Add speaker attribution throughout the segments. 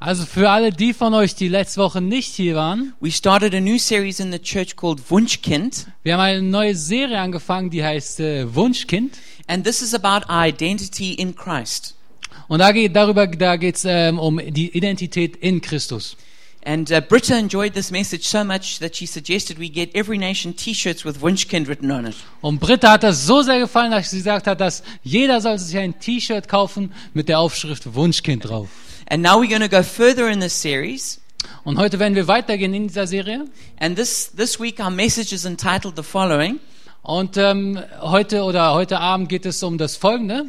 Speaker 1: Also für alle die von euch, die letzte Woche nicht hier waren,
Speaker 2: We started a new series in the church called Wunschkind,
Speaker 1: wir haben eine neue Serie angefangen, die heißt äh, Wunschkind.
Speaker 2: and this is about our identity in Christ.
Speaker 1: Und da geht darüber, da geht's ähm, um die Identität in Christus.
Speaker 2: And uh, Britta enjoyed this message so much that she suggested we get every nation T-shirts with Wunschkind written on it.
Speaker 1: Und Britta hat das so sehr gefallen, dass sie gesagt hat, dass jeder soll sich ein T-Shirt kaufen mit der Aufschrift Wunschkind drauf.
Speaker 2: And now we're going to go further in this series.
Speaker 1: Und heute werden wir weitergehen in dieser Serie.
Speaker 2: And this this week our message is entitled the following:
Speaker 1: Und ähm, heute oder heute Abend geht es um das Folgende.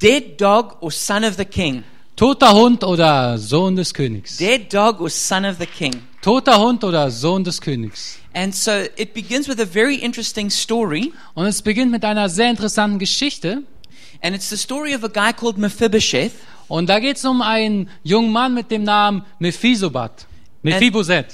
Speaker 2: Dead dog or son of the king.
Speaker 1: Toter Hund oder Sohn des Königs.
Speaker 2: Dead dog or son of the king.
Speaker 1: Toter Hund oder Sohn des Königs.
Speaker 2: And so it begins with a very interesting story,
Speaker 1: Und es beginnt mit einer sehr interessanten Geschichte.
Speaker 2: and it's the story of a guy called Mephibosheth.
Speaker 1: Und da geht es um einen jungen Mann mit dem Namen Mephisobat. Mephiboset.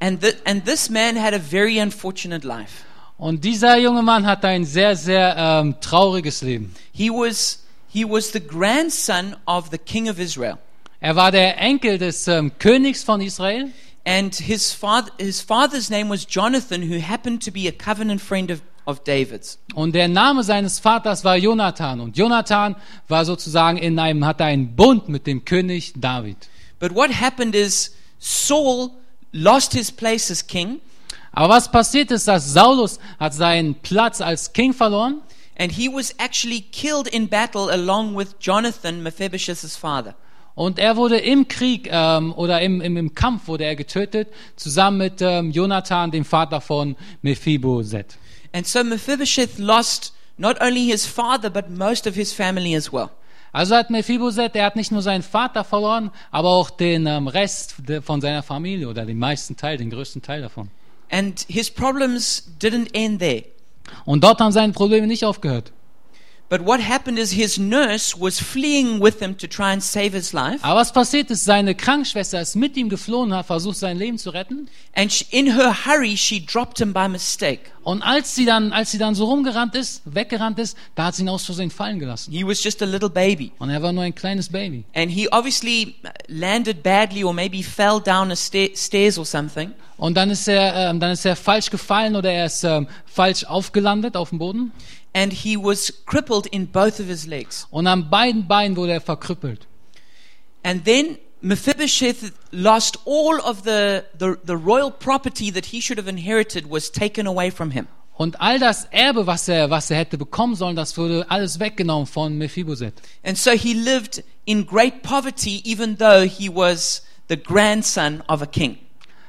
Speaker 2: And, th- and this man had a very unfortunate life.
Speaker 1: Und dieser junge Mann hat ein sehr, sehr ähm, trauriges Leben.
Speaker 2: He was, he was the grandson of the king of Israel.
Speaker 1: Er war der Enkel des ähm, Königs von Israel.
Speaker 2: And his, father, his father's name was Jonathan, who happened to be a covenant friend of, of David's.
Speaker 1: Und der Name seines Vaters war Jonathan. Und Jonathan war sozusagen in einem, hatte einen Bund mit dem König David.
Speaker 2: But what happened is Saul lost his place as king,
Speaker 1: Aber was passiert ist, dass Saulus hat seinen Platz als King verloren
Speaker 2: and he was actually killed in battle along with Jonathan, Mephibosheth's father.
Speaker 1: und er wurde im Krieg ähm, oder im, im, im Kampf wurde er getötet, zusammen mit ähm, Jonathan, dem Vater von Mephiboset.
Speaker 2: And so Mephibosheth lost not only his father, but most of his family as well.
Speaker 1: Also hat Mephiboset, er hat nicht nur seinen Vater verloren, aber auch den ähm, Rest de, von seiner Familie oder den meisten Teil, den größten Teil davon.
Speaker 2: And his problems didn't end there.
Speaker 1: Und dort haben seine Probleme nicht aufgehört.
Speaker 2: But what happened is his nurse was fleeing with him to try and save his life.
Speaker 1: Aber was passiert ist, seine Krankenschwester ist mit ihm geflohen und hat versucht, sein Leben zu retten.
Speaker 2: And she, in her hurry, she dropped him by mistake.
Speaker 1: Und als sie dann, als sie dann so rumgerannt ist, weggerannt ist, da hat sie ihn aus Versehen fallen gelassen.
Speaker 2: He was just a little baby.
Speaker 1: Und er war nur ein kleines Baby.
Speaker 2: And he obviously uh, landed badly or maybe fell down a sta- stairs or something.
Speaker 1: Und dann ist er, ähm, dann ist er falsch gefallen oder er ist ähm, falsch aufgelandet auf dem Boden.
Speaker 2: And he was crippled in both of his legs.
Speaker 1: Und an beiden Beinen wurde er verkrüppelt.
Speaker 2: And then Mephibosheth lost all of the, the, the royal property that he should have inherited was taken away from him.
Speaker 1: Und all das Erbe, was er, was er hätte bekommen sollen, das wurde alles weggenommen von Mephiboset.
Speaker 2: And so he lived in great poverty, even though he was the grandson of a king.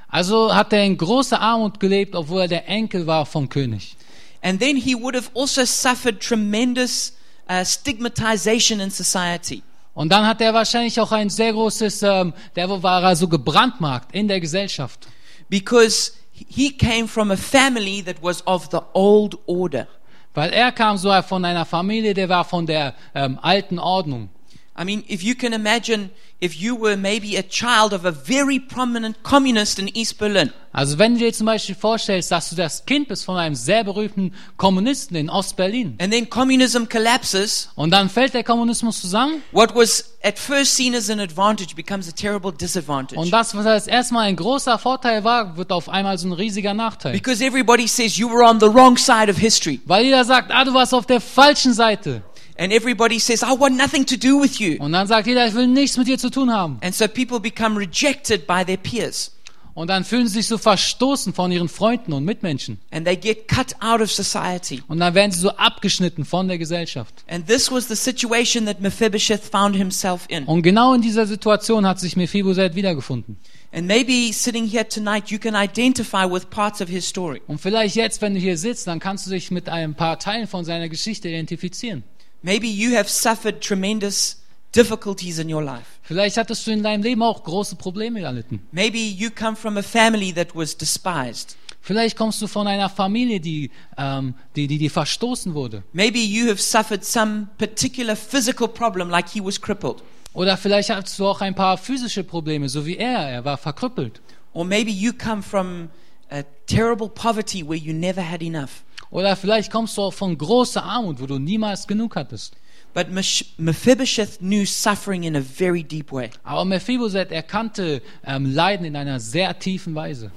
Speaker 1: Also hat er in großer Armut gelebt, obwohl er der Enkel war vom König.
Speaker 2: And then he would have also suffered tremendous uh, stigmatization in society.
Speaker 1: Und dann hat er wahrscheinlich auch ein sehr großes, ähm, der war er so gebrandmarkt in der Gesellschaft.
Speaker 2: because he came from a family that was of the old order.
Speaker 1: Weil er kam so von einer Familie, der war von der ähm, alten Ordnung.
Speaker 2: I mean, if you can imagine, if you were maybe a child of a very prominent communist in East Berlin,
Speaker 1: Also wenn du dir zum Beispiel vorstellst, dass du das Kind bist von einem sehr berühmten Kommunisten in Ostberlin
Speaker 2: and then communism collapses,
Speaker 1: und dann fällt der Kommunismus zusammen
Speaker 2: what was at first seen as an advantage becomes a terrible disadvantage.
Speaker 1: und das, was als erstmal ein großer Vorteil war, wird auf einmal so ein riesiger Nachteil.
Speaker 2: Because everybody says you were on the wrong side of history,
Speaker 1: Weil jeder sagt, ah, du warst auf der falschen Seite.
Speaker 2: and everybody says, I want nothing to do with you.
Speaker 1: Und dann sagt jeder, ich will nichts mit dir zu tun haben.
Speaker 2: And so people become rejected by their peers,
Speaker 1: Und dann fühlen sie sich so verstoßen von ihren Freunden und Mitmenschen.
Speaker 2: and they get cut out of society.
Speaker 1: Und dann werden sie so abgeschnitten von der Gesellschaft.
Speaker 2: And this was the situation that Mephibosheth found himself in.
Speaker 1: Und genau in dieser Situation hat sich Mephibosheth wiedergefunden.
Speaker 2: And maybe sitting here tonight, you can identify with parts of his story.
Speaker 1: Und vielleicht jetzt, wenn du hier sitzt, dann kannst du dich mit ein paar Teilen von seiner Geschichte identifizieren.
Speaker 2: Maybe you have suffered tremendous difficulties in your life.
Speaker 1: Vielleicht hattest du in deinem Leben auch große Probleme erlitten.
Speaker 2: Maybe you come from a family that was despised.
Speaker 1: Vielleicht kommst du von einer Familie, die, ähm, die, die, die verstoßen wurde.
Speaker 2: Maybe you have suffered some particular physical problem, like he was crippled.
Speaker 1: Oder vielleicht hattest du auch ein paar physische Probleme, so wie er. Er war verkrüppelt.
Speaker 2: Or maybe you come from a terrible poverty where you never had enough.
Speaker 1: Oder vielleicht kommst du auch von großer Armut, wo du niemals genug hattest.
Speaker 2: But Mesh- Mephibosheth knew suffering in a very deep way.
Speaker 1: Aber Mephibosheth erkannte ähm, Leiden in einer sehr tiefen Weise.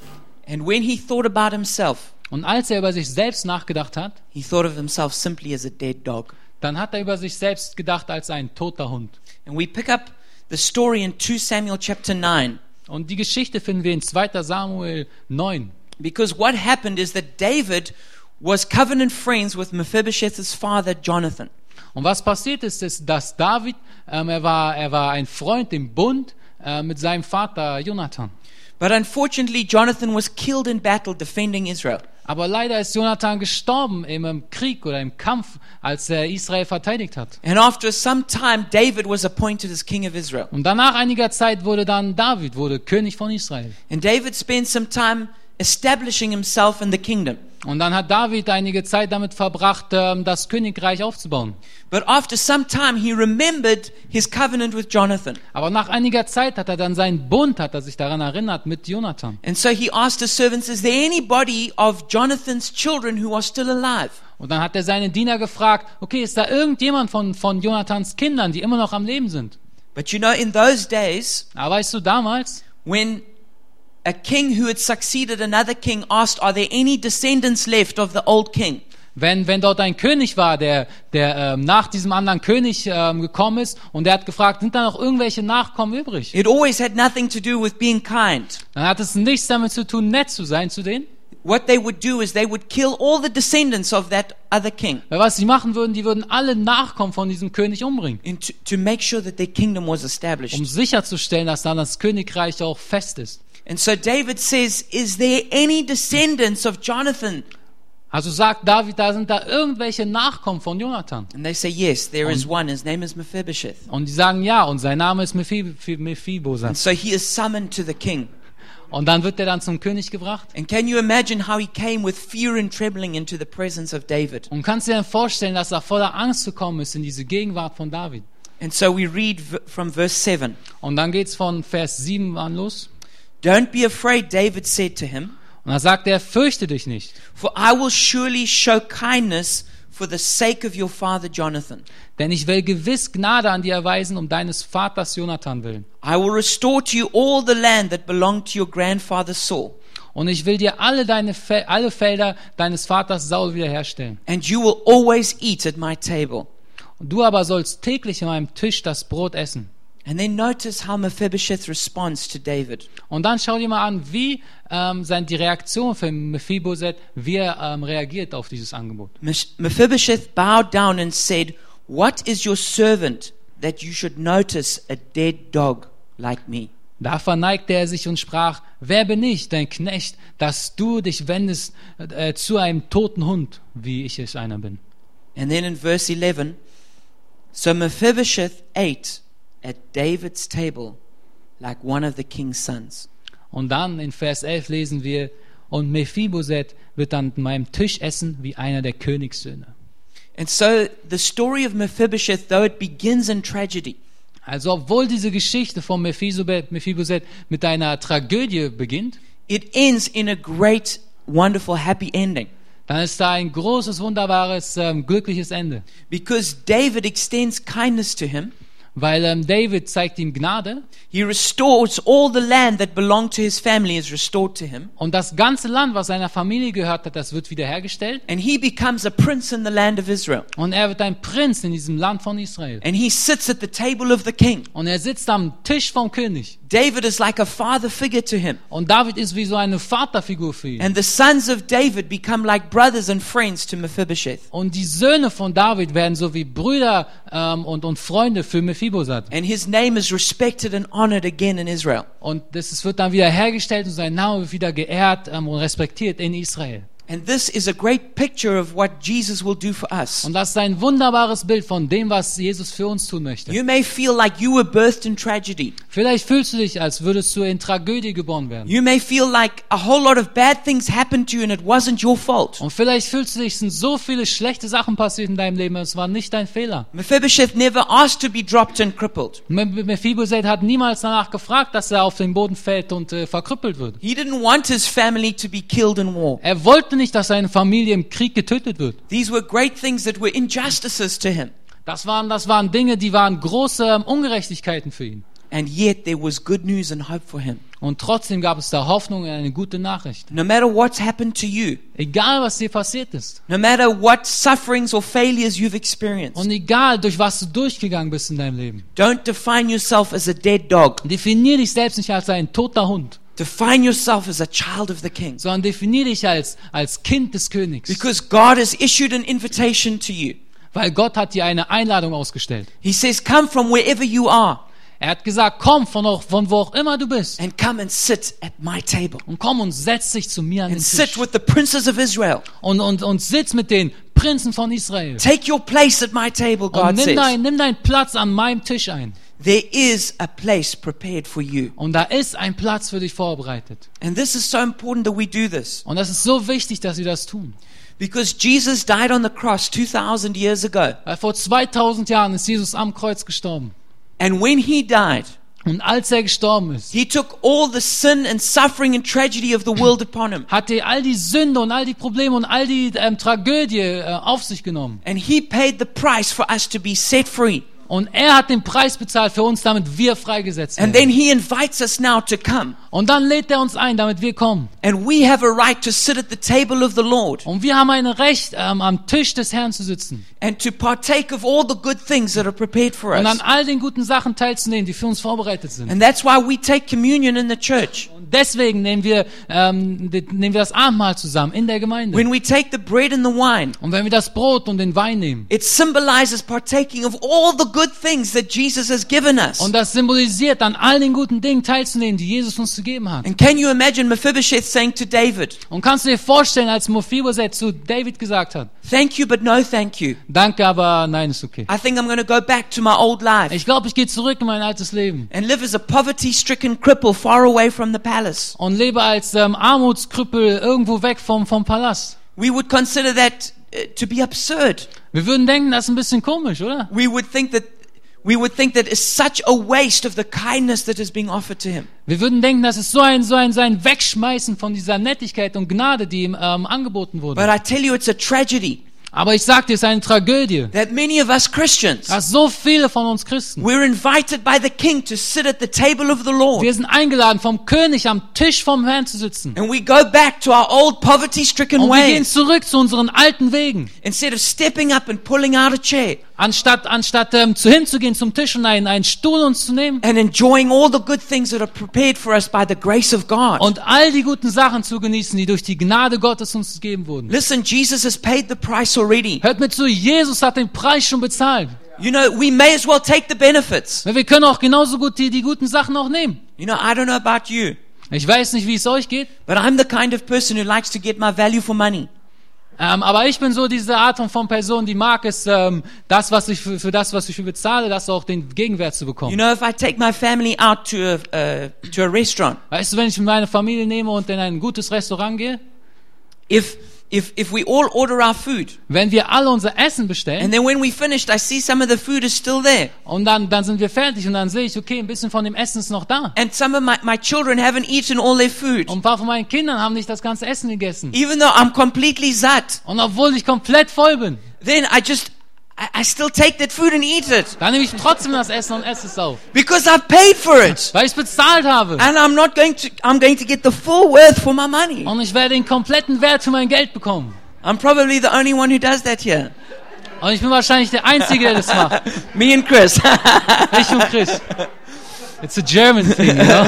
Speaker 2: And when he thought about himself,
Speaker 1: Und als er über sich selbst nachgedacht hat,
Speaker 2: he thought of himself simply as a dead dog.
Speaker 1: dann hat er über sich selbst gedacht als ein toter Hund.
Speaker 2: And we pick up the story in 2 Samuel chapter 9.
Speaker 1: Und die Geschichte finden wir in 2. Samuel 9.
Speaker 2: Because what happened is that David was covenant friends with Mephibosheth's father, Jonathan.
Speaker 1: Und was passiert ist, ist, dass David, ähm, er, war, er war ein Freund im Bund äh, mit seinem Vater Jonathan.
Speaker 2: But unfortunately, Jonathan was killed in battle defending Israel.
Speaker 1: Aber leider ist Jonathan gestorben im ähm, Krieg oder im Kampf, als er Israel verteidigt hat.
Speaker 2: And after some time, David was appointed as king of Israel.
Speaker 1: Und danach einiger Zeit wurde dann David, wurde König von Israel.
Speaker 2: And David spent some time establishing himself in the kingdom.
Speaker 1: Und dann hat David einige Zeit damit verbracht, ähm, das Königreich aufzubauen.
Speaker 2: But after some time, he remembered his covenant with Jonathan.
Speaker 1: Aber nach einiger Zeit hat er dann seinen Bund, hat er sich daran erinnert, mit Jonathan.
Speaker 2: And so he asked his servants, Is there anybody of Jonathan's children who are still alive?
Speaker 1: Und dann hat er seine Diener gefragt, okay, ist da irgendjemand von, von Jonathans Kindern, die immer noch am Leben sind?
Speaker 2: But you know, in those days,
Speaker 1: Aber weißt du, damals,
Speaker 2: when a king who had succeeded another king asked, Are there any descendants left of the old king?
Speaker 1: wenn, wenn dort ein König war, der, der ähm, nach diesem anderen König ähm, gekommen ist und der hat gefragt, sind da noch irgendwelche Nachkommen übrig?
Speaker 2: It always had nothing to do with being kind.
Speaker 1: Dann hat es nichts damit zu tun, nett zu sein zu denen.
Speaker 2: What they would do is they would kill all the descendants of that other king
Speaker 1: Weil was sie machen würden, die würden alle Nachkommen von diesem König umbringen,
Speaker 2: and to, to make sure that their kingdom was established.
Speaker 1: um sicherzustellen, dass dann das Königreich auch fest ist.
Speaker 2: And so David says, Is there any descendants of Jonathan?
Speaker 1: Also sagt David, da sind da irgendwelche Nachkommen von Jonathan.
Speaker 2: And they say, Yes, there is one. His name is Mephibosheth.
Speaker 1: Und die sagen ja, und sein Name ist Mephib-
Speaker 2: And
Speaker 1: Mephibosheth.
Speaker 2: so he is summoned to the king.
Speaker 1: Und dann wird er dann zum König gebracht.
Speaker 2: And can you imagine how he came with fear and trembling into the presence of David?
Speaker 1: Und kannst dir dann vorstellen, dass er voller Angst gekommen ist in diese Gegenwart von David.
Speaker 2: And so we read v- from verse 7.
Speaker 1: Und dann geht's von Vers 7 an los.
Speaker 2: Don't be afraid, David said to him,
Speaker 1: Und dann sagt er, fürchte dich nicht,
Speaker 2: for I will surely show kindness for the sake of your father Jonathan.
Speaker 1: denn ich will gewiss Gnade an dir erweisen um deines Vaters Jonathan willen.
Speaker 2: I will restore to you all the land that belonged to your grandfather Saul,
Speaker 1: Und ich will dir alle deine Fel alle Felder deines Vaters Saul wiederherstellen.
Speaker 2: and you will always eat at my table.
Speaker 1: Und du aber sollst täglich an meinem Tisch das Brot essen.
Speaker 2: And then notice how Mephibosheth responds to David.
Speaker 1: Und dann schau dir mal an, wie ähm, sein, die Reaktion von Mephibosheth, wie er ähm, reagiert auf dieses Angebot.
Speaker 2: Mes- Mephibosheth bowed down and said, What is your servant that you should notice a dead dog like me?
Speaker 1: Da verneigte er sich und sprach, wer bin ich, dein Knecht, dass du dich wendest äh, zu einem toten Hund, wie ich es einer bin.
Speaker 2: And then in verse 11, so Mephibosheth ate at David's table like one of the king's sons.
Speaker 1: Und dann in Vers 11 lesen wir, und Mephibosheth wird an meinem Tisch essen wie einer der Königssöhne.
Speaker 2: And so the story of Mephibosheth, though it begins in tragedy,
Speaker 1: Also obwohl diese Geschichte von Mephisobeth- Mephibosheth mit einer Tragödie beginnt,
Speaker 2: it ends in a great, wonderful, happy ending
Speaker 1: dann ist da ein großes, wunderbares, ähm, glückliches Ende.
Speaker 2: because David extends kindness to him.
Speaker 1: Weil ähm, David zeigt ihm Gnade
Speaker 2: He restores all the land that belonged to his family is restored to him.
Speaker 1: und das ganze Land, was seiner Familie gehört hat, das wird wiederhergestellt
Speaker 2: And he becomes a prince in the land of Israel.
Speaker 1: und er wird ein Prinz in diesem Land von Israel.
Speaker 2: And he sits at the table of the king.
Speaker 1: Und er sitzt am Tisch vom König
Speaker 2: David is like a father figure to him.
Speaker 1: und David ist wie so eine Vaterfigur für ihn.
Speaker 2: And the sons of David become like brothers and friends to Mephibosheth.
Speaker 1: Und die Söhne von David werden so wie Brüder ähm, und, und Freunde für Mephibosheth.
Speaker 2: And his name is respected and honored again in Israel.
Speaker 1: Und das ist- wird dann wieder hergestellt und sein Name wird wieder geehrt ähm, und respektiert in Israel.
Speaker 2: And this is a great picture of what Jesus will do for us.
Speaker 1: Und das ist ein wunderbares Bild von dem, was Jesus für uns tun möchte.
Speaker 2: You may feel like you were birthed in tragedy.
Speaker 1: Vielleicht fühlst du dich, als würdest du in Tragödie geboren werden.
Speaker 2: You may feel like a whole lot of bad things happened to you and it wasn't your fault.
Speaker 1: Und vielleicht fühlst du dich, es sind so viele schlechte Sachen passiert in deinem Leben, es war nicht dein Fehler.
Speaker 2: Mephibosheth never asked to be dropped and crippled.
Speaker 1: Me- Me- Mephibosheth hat niemals danach gefragt, dass er auf den Boden fällt und äh, verkrüppelt wird.
Speaker 2: He didn't want his family to be killed in war.
Speaker 1: Er wollte nicht, dass seine Familie im Krieg getötet wird.
Speaker 2: These were great things that were injustices to him.
Speaker 1: Das waren, das waren Dinge, die waren große ähm, Ungerechtigkeiten für ihn.
Speaker 2: And yet there was good news and hope for him.
Speaker 1: Und trotzdem gab es da Hoffnung und eine gute Nachricht.
Speaker 2: No matter what's happened to you,
Speaker 1: Egal, was dir passiert ist.
Speaker 2: no matter what sufferings or failures you've experienced,
Speaker 1: Und egal, durch was du durchgegangen bist in deinem Leben.
Speaker 2: don't define yourself as a dead dog.
Speaker 1: Definier dich selbst nicht als ein toter Hund,
Speaker 2: Define yourself as a child of the king.
Speaker 1: sondern definier dich als, als Kind des Königs.
Speaker 2: Because God has issued an invitation to you.
Speaker 1: Weil Gott hat dir eine Einladung ausgestellt.
Speaker 2: He says, Come from wherever you are
Speaker 1: Er hat gesagt, komm von, auch, von wo auch immer du bist.
Speaker 2: and come and sit at my table.
Speaker 1: Und komm und setz dich zu mir an den
Speaker 2: And sit
Speaker 1: Tisch.
Speaker 2: with the princes of Israel.
Speaker 1: Und, und, und sitz mit den Prinzen von Israel.
Speaker 2: Take your place at my table,
Speaker 1: Und
Speaker 2: God
Speaker 1: nimm,
Speaker 2: says.
Speaker 1: dein, nimm deinen Platz an meinem Tisch ein.
Speaker 2: There is a place prepared for you.
Speaker 1: Und da ist ein Platz für dich vorbereitet.
Speaker 2: And this is so important that we do this
Speaker 1: Und das ist so wichtig, dass wir das tun.
Speaker 2: because Jesus died on the cross 2,000 years ago.
Speaker 1: Weil vor 2000 Jahren ist Jesus am Kreuz gestorben.
Speaker 2: And when he died,
Speaker 1: Und als er gestorben ist,
Speaker 2: he took all the sin and suffering and tragedy of the world upon him.
Speaker 1: hat er all die Sünde und all die Probleme und all die ähm, Tragödie äh, auf sich genommen.
Speaker 2: And he paid the price for us to be set free.
Speaker 1: Und er hat den Preis bezahlt für uns, damit wir freigesetzt
Speaker 2: And then
Speaker 1: werden.
Speaker 2: he invites us now to come.
Speaker 1: Und dann lädt er uns ein, damit wir kommen.
Speaker 2: And we have a right to sit at the table of the Lord
Speaker 1: Und wir haben ein Recht, ähm, am Tisch des Herrn zu sitzen
Speaker 2: and to partake of all the good things that are prepared for
Speaker 1: und an
Speaker 2: us.
Speaker 1: all den guten Sachen teilzunehmen, die für uns vorbereitet sind.
Speaker 2: And that's why we take communion in the church.
Speaker 1: Und deswegen nehmen wir, ähm, de- nehmen wir das Abendmahl zusammen in der Gemeinde.
Speaker 2: When we take the bread and the wine,
Speaker 1: Und wenn wir das Brot und den Wein nehmen,
Speaker 2: it symbolizes partaking of all the good things that Jesus has given us.
Speaker 1: und das symbolisiert, an all den guten Dingen teilzunehmen, die Jesus uns gegeben hat.
Speaker 2: And can you imagine Mephibosheth saying to David,
Speaker 1: Und kannst du dir vorstellen, als Mephibosheth zu David gesagt hat,
Speaker 2: Thank you, but no thank you.
Speaker 1: danke, aber nein, ist okay.
Speaker 2: I think I'm going to go back to my old life
Speaker 1: Ich glaube, ich gehe zurück in mein altes Leben
Speaker 2: and live as a poverty stricken cripple far away from the palace.
Speaker 1: und lebe als ähm, Armutskrüppel irgendwo weg vom, vom Palast.
Speaker 2: We would consider that uh, to be absurd.
Speaker 1: Wir würden denken, das ist ein bisschen komisch, oder?
Speaker 2: We would think that. We would think that is such a waste of the kindness that is being offered to him.
Speaker 1: Wir würden denken, das ist so ein, so ein, so ein Wegschmeißen von dieser Nettigkeit und Gnade, die ihm ähm, angeboten
Speaker 2: But
Speaker 1: wurde.
Speaker 2: I tell you, it's a tragedy
Speaker 1: Aber ich sag dir, es ist eine Tragödie,
Speaker 2: that many of us Christians,
Speaker 1: dass so viele von uns Christen,
Speaker 2: we're invited by the king to sit at the table of the Lord.
Speaker 1: wir sind eingeladen, vom König am Tisch vom Herrn zu sitzen.
Speaker 2: And we go back to our old poverty stricken
Speaker 1: Und wir gehen
Speaker 2: ways
Speaker 1: zurück zu unseren alten Wegen.
Speaker 2: instead of stepping up and pulling out a chair
Speaker 1: Anstatt, anstatt ähm, zu hinzugehen zum Tisch und einen, einen Stuhl uns zu nehmen
Speaker 2: and enjoying all the good things that are prepared for us by the grace of God.
Speaker 1: und all die guten Sachen zu genießen, die durch die Gnade Gottes uns gegeben wurden.
Speaker 2: Listen, Jesus has paid the price already.
Speaker 1: Hört mir zu, Jesus hat den Preis schon bezahlt.
Speaker 2: You know, we may as well take the benefits.
Speaker 1: Wir können auch genauso gut die, die guten Sachen auch nehmen.
Speaker 2: You know, I don't know about you,
Speaker 1: Ich weiß nicht, wie es euch geht,
Speaker 2: but I'm the kind of person who likes to get my value for money.
Speaker 1: ähm, aber ich bin so diese Art von, von Person, die mag es, ähm, das, was ich für, für das, was ich für bezahle, das auch den Gegenwert zu
Speaker 2: You
Speaker 1: bekommen.
Speaker 2: know, if I take my family out to a, uh, to a restaurant,
Speaker 1: Weißt du, wenn ich meine Familie nehme und in ein gutes Restaurant gehe,
Speaker 2: if if if we all order our food
Speaker 1: wenn wir alle unser Essen bestellen,
Speaker 2: and then when we finished, I see some of the food is still there,
Speaker 1: Und dann, dann sind wir fertig und dann sehe ich, okay, ein bisschen von dem Essen ist noch da.
Speaker 2: and some of my, my children haven't eaten all their food,
Speaker 1: Und ein paar von meinen Kindern haben nicht das ganze Essen gegessen.
Speaker 2: even though I'm completely zat,
Speaker 1: Und obwohl ich komplett voll bin,
Speaker 2: then I just I, I still take that food and eat it
Speaker 1: dann nehme ich trotzdem das Essen und esse es auf.
Speaker 2: because I've paid for it.
Speaker 1: Weil ich bezahlt habe.
Speaker 2: And I'm not going to, I'm going to get the full worth for my money.
Speaker 1: Und ich werde den kompletten Wert für mein Geld bekommen.
Speaker 2: I'm probably the only one who does that here.
Speaker 1: Und ich bin wahrscheinlich der Einzige, der das macht.
Speaker 2: Me and Chris.
Speaker 1: Ich und Chris. It's a German thing, you know?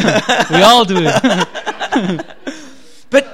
Speaker 1: We all do it.
Speaker 2: but,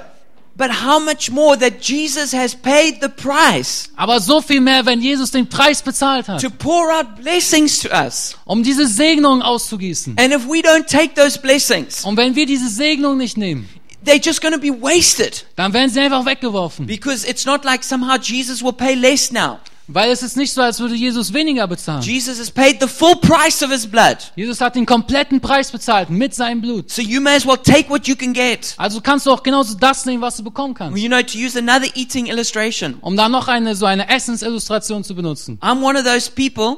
Speaker 2: but how much more that Jesus has paid the price
Speaker 1: Aber so viel mehr, wenn Jesus den Preis bezahlt hat,
Speaker 2: to pour out blessings to us.
Speaker 1: um diese Segnung auszugießen.
Speaker 2: And if we don't take those blessings,
Speaker 1: Und wenn wir diese Segnung nicht nehmen,
Speaker 2: they're just going to be wasted
Speaker 1: dann werden sie einfach weggeworfen.
Speaker 2: because it's not like somehow Jesus will pay less now.
Speaker 1: Weil es ist nicht so, als würde Jesus weniger bezahlen.
Speaker 2: Jesus has paid the full price of his blood.
Speaker 1: Jesus hat den kompletten Preis bezahlt mit seinem Blut.
Speaker 2: So you may as well take what you can get.
Speaker 1: Also kannst du auch genauso das nehmen, was du bekommen kannst.
Speaker 2: You know, to use another eating illustration,
Speaker 1: Um da noch eine so eine Essensillustration zu benutzen.
Speaker 2: I'm one of those people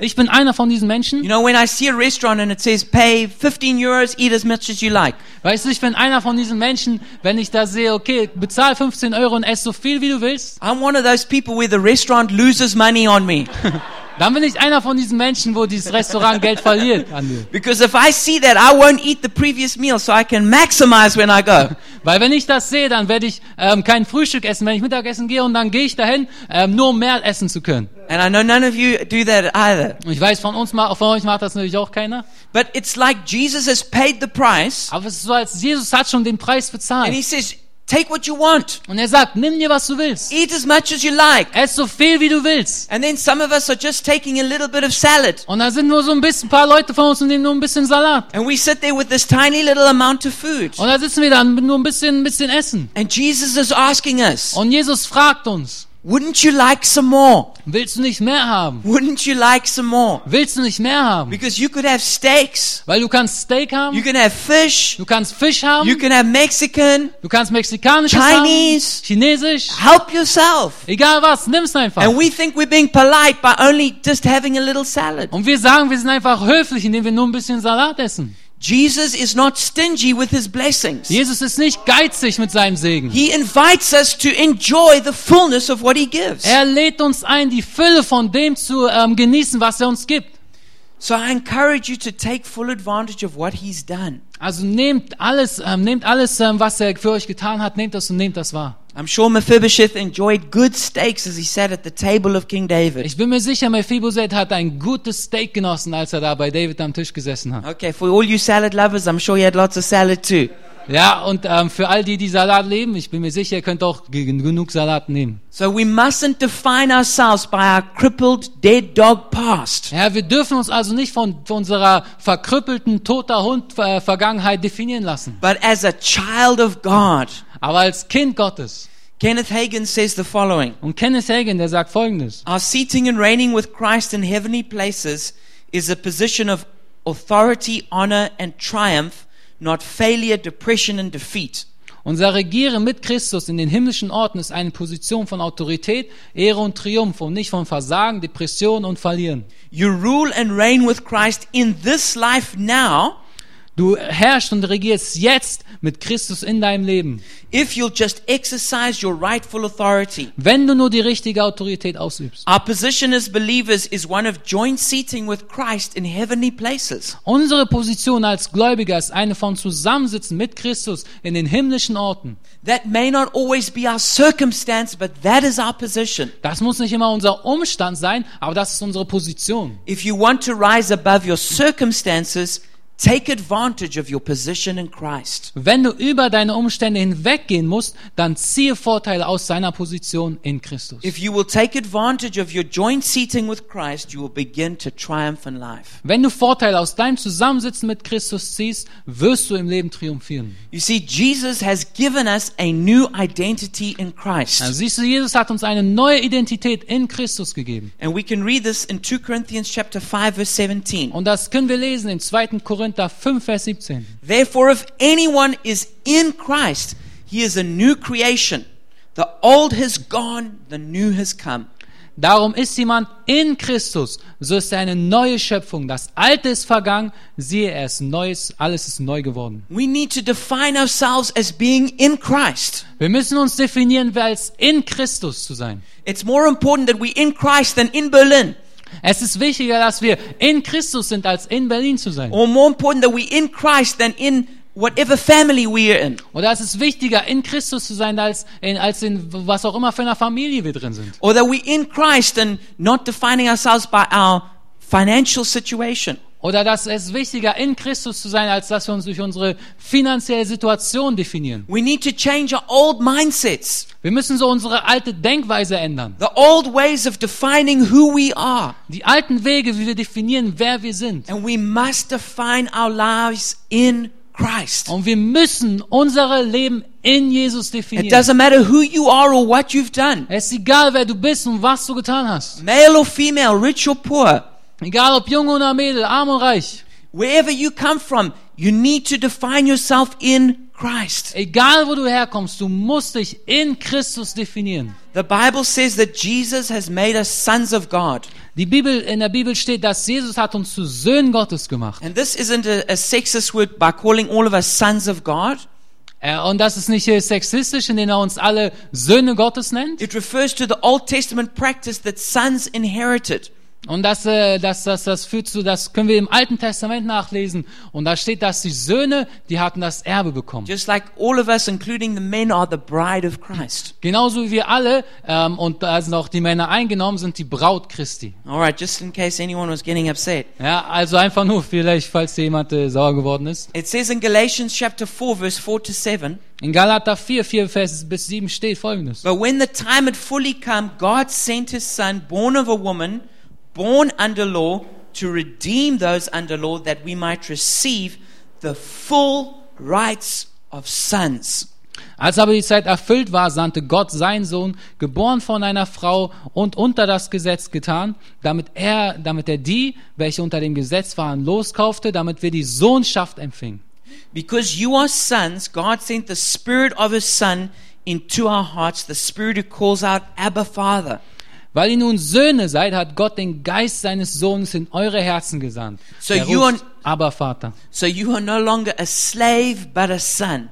Speaker 1: Ich bin einer von diesen
Speaker 2: You
Speaker 1: Menschen.
Speaker 2: know, when I see a restaurant and it says pay 15 euros, eat as much as you like,
Speaker 1: Weißt du, ich bin einer von diesen Menschen, wenn ich da sehe, okay, bezahl 15 Euro und ess so viel, wie du willst.
Speaker 2: I'm one of those people where the restaurant loses money on me.
Speaker 1: Dann bin ich einer von diesen Menschen, wo dieses Restaurant Geld verliert an dir.
Speaker 2: Because if I see that, I won't eat the previous meal so I can maximize when I go.
Speaker 1: Weil wenn ich das sehe, dann werde ich ähm, kein Frühstück essen, wenn ich Mittagessen gehe und dann gehe ich dahin, ähm, nur um mehr essen zu können.
Speaker 2: And I know none of you do that either.
Speaker 1: Und ich weiß, von uns, ma- von euch macht das natürlich auch keiner.
Speaker 2: But it's like Jesus has paid the price
Speaker 1: Aber es ist so, als Jesus hat schon den Preis
Speaker 2: and he
Speaker 1: bezahlt.
Speaker 2: says, Take what you want,
Speaker 1: Und er sagt, nimm dir, was du willst.
Speaker 2: eat as much as you like.
Speaker 1: Ess so viel, wie du willst.
Speaker 2: And then some of us are just taking a little bit of salad.
Speaker 1: Und da sind nur so ein bisschen, ein paar Leute von uns und nehmen nur ein bisschen Salat.
Speaker 2: And we sit there with this tiny little amount of food.
Speaker 1: Und da sitzen wir dann mit nur ein bisschen, ein bisschen Essen.
Speaker 2: And Jesus is asking us,
Speaker 1: Und Jesus fragt uns,
Speaker 2: Wouldn't you like some more?
Speaker 1: willst du nicht mehr haben?
Speaker 2: Wouldn't you like some more?
Speaker 1: Willst du nicht mehr haben?
Speaker 2: Because you could have steaks,
Speaker 1: Weil du kannst Steak
Speaker 2: you
Speaker 1: haben,
Speaker 2: can have fish,
Speaker 1: du kannst Fisch
Speaker 2: you
Speaker 1: haben,
Speaker 2: can have Mexican.
Speaker 1: du kannst Mexikanisches haben,
Speaker 2: Chinese.
Speaker 1: Chinesisch,
Speaker 2: Help yourself.
Speaker 1: egal was, nimm's einfach.
Speaker 2: And we think we're being polite by only just having a little salad.
Speaker 1: Und wir sagen, wir sind einfach höflich, indem wir nur ein bisschen Salat essen.
Speaker 2: Jesus is not stingy with his blessings.
Speaker 1: Jesus ist nicht geizig mit seinem Segen.
Speaker 2: He invites us to enjoy the fullness of what he gives.
Speaker 1: Er lädt uns ein, die Fülle von dem zu ähm, genießen, was er uns gibt.
Speaker 2: So I encourage you to take full advantage of what he's done.
Speaker 1: Also nehmt alles, ähm, nehmt alles, ähm, was er für euch getan hat, nehmt das und nehmt das wahr.
Speaker 2: I'm sure Mephibosheth enjoyed good steaks as he sat at the table of King David.
Speaker 1: Ich bin mir sicher, Mephibosheth hat ein gutes Steak genossen, als er da bei David am Tisch gesessen hat.
Speaker 2: Okay, for all you salad lovers, I'm sure you had lots of salad too.
Speaker 1: Ja, und ähm, für all die, die Salat leben, ich bin mir sicher, ihr könnt auch ge- genug Salat nehmen.
Speaker 2: So we mustn't define ourselves by our crippled, dead dog past.
Speaker 1: Ja, wir dürfen uns also nicht von, von unserer verkrüppelten, toter Hund äh, Vergangenheit definieren lassen.
Speaker 2: But as a child of God,
Speaker 1: Aber als Kind Gottes.
Speaker 2: Kenneth Hagin says the following
Speaker 1: Und Kenneth Hagin, der sagt folgendes.
Speaker 2: Our seating and reigning with Christ in heavenly places is a position of authority, honor, and triumph, not failure, depression, and defeat.
Speaker 1: Unser Regieren mit Christus in den himmlischen Orten ist eine Position von Autorität, Ehre und Triumph und nicht von Versagen, Depression und Verlieren.
Speaker 2: You rule and reign with Christ in this life now
Speaker 1: Du herrschst und regierst jetzt mit Christus in deinem Leben,
Speaker 2: if you'll just exercise your rightful authority.
Speaker 1: wenn du nur die richtige Autorität ausübst.
Speaker 2: Our position as believers is one of joint seating with Christ in heavenly places.
Speaker 1: Unsere Position als Gläubiger ist eine von Zusammensitzen mit Christus in den himmlischen Orten.
Speaker 2: That may not always be our circumstance, but that is our position.
Speaker 1: Das muss nicht immer unser Umstand sein, aber das ist unsere Position.
Speaker 2: If you want to rise above your circumstances, take advantage of your position in Christ.
Speaker 1: Wenn du über deine Umstände hinweggehen musst, dann ziehe Vorteile aus seiner Position in Christus.
Speaker 2: If you will take advantage of your joint seating with Christ, you will begin to triumph in life.
Speaker 1: Wenn du Vorteile aus deinem Zusammensitzen mit Christus ziehst, wirst du im Leben triumphieren.
Speaker 2: You see, Jesus has given us a new identity in Christ.
Speaker 1: Also siehst du, Jesus hat uns eine neue Identität in Christus gegeben.
Speaker 2: And we can read this in 2 Corinthians chapter 5 verse 17.
Speaker 1: Und das können wir lesen in 2. Korinther 5, Vers 17.
Speaker 2: Therefore if anyone is in Christ, he is a new creation. The old has gone, the new has come.
Speaker 1: Darum ist jemand in Christus, so ist er eine neue Schöpfung. Das Alte ist vergangen, siehe, er ist Neues, alles ist neu geworden.
Speaker 2: We need to define ourselves as being in Christ.
Speaker 1: Wir müssen uns definieren, wer als in Christus zu sein.
Speaker 2: It's more important that we're in Christ than in Berlin,
Speaker 1: Es ist wichtiger, dass wir in Christus sind, als in Berlin zu sein.
Speaker 2: or more important that we're in Christ than in whatever family we are in.
Speaker 1: Oder es ist wichtiger, in Christus zu sein, als in, als in was auch immer für einer Familie wir drin sind.
Speaker 2: Or that we're in Christ and not defining ourselves by our financial situation.
Speaker 1: Oder dass es wichtiger, in Christus zu sein, als dass wir uns durch unsere finanzielle Situation definieren.
Speaker 2: We need to change our old mindsets.
Speaker 1: Wir müssen so unsere alte Denkweise ändern.
Speaker 2: the old ways of defining who we are.
Speaker 1: Die alten Wege, wie wir definieren, wer wir sind.
Speaker 2: And we must define our lives in Christ.
Speaker 1: Und wir müssen unsere Leben in Jesus
Speaker 2: It
Speaker 1: definieren.
Speaker 2: doesn't matter who you are or what you've done,
Speaker 1: Es ist egal, wer du bist und was du getan hast.
Speaker 2: male or female, rich or poor,
Speaker 1: Egal ob jung oder Mädel, arm und reich.
Speaker 2: wherever you come from, you need to define yourself in Christ.
Speaker 1: Egal, wo du herkommst, du musst dich in Christus definieren.
Speaker 2: The Bible says that Jesus has made us sons of God.
Speaker 1: Die Bibel, in der Bibel steht, dass Jesus hat uns zu Söhnen Gottes gemacht.
Speaker 2: And this isn't a, a sexist word by calling all of us sons of God.
Speaker 1: Äh, Und das ist nicht äh, sexistisch, indem er uns alle Söhne Gottes nennt.
Speaker 2: It refers to the Old Testament practice that sons inherited.
Speaker 1: Und das, äh, das, das, das führt zu, das können wir im Alten Testament nachlesen. Und da steht, dass die Söhne, die hatten das Erbe bekommen.
Speaker 2: Just like all of us, including the men, are the bride of Christ.
Speaker 1: Genauso wie wir alle, ähm, und da sind auch die Männer eingenommen, sind die Braut Christi.
Speaker 2: All right, just in case anyone was getting upset.
Speaker 1: Ja, also einfach nur, vielleicht, falls hier jemand äh, sauer geworden ist.
Speaker 2: It says in Galatians chapter 4, verse 4 to 7
Speaker 1: In Galater 4, 4 Vers bis 7 steht folgendes.
Speaker 2: But when the time had fully come, God sent his son, born of a woman, born under law, to redeem those under law, that we might receive the full rights of sons.
Speaker 1: Als aber die Zeit erfüllt war, sandte Gott seinen Sohn, geboren von einer Frau und unter das Gesetz getan, damit er, damit er die, welche unter dem Gesetz waren, loskaufte, damit wir die Sohnschaft empfingen.
Speaker 2: Because you are sons, God sent the Spirit of His Son into our hearts, the Spirit who calls out, Abba, Father.
Speaker 1: Weil ihr nun Söhne seid, hat Gott den Geist seines Sohnes in eure Herzen gesandt.
Speaker 2: So
Speaker 1: er
Speaker 2: you
Speaker 1: ruft,
Speaker 2: are-
Speaker 1: aber Vater.
Speaker 2: So you are no longer a slave, but a son.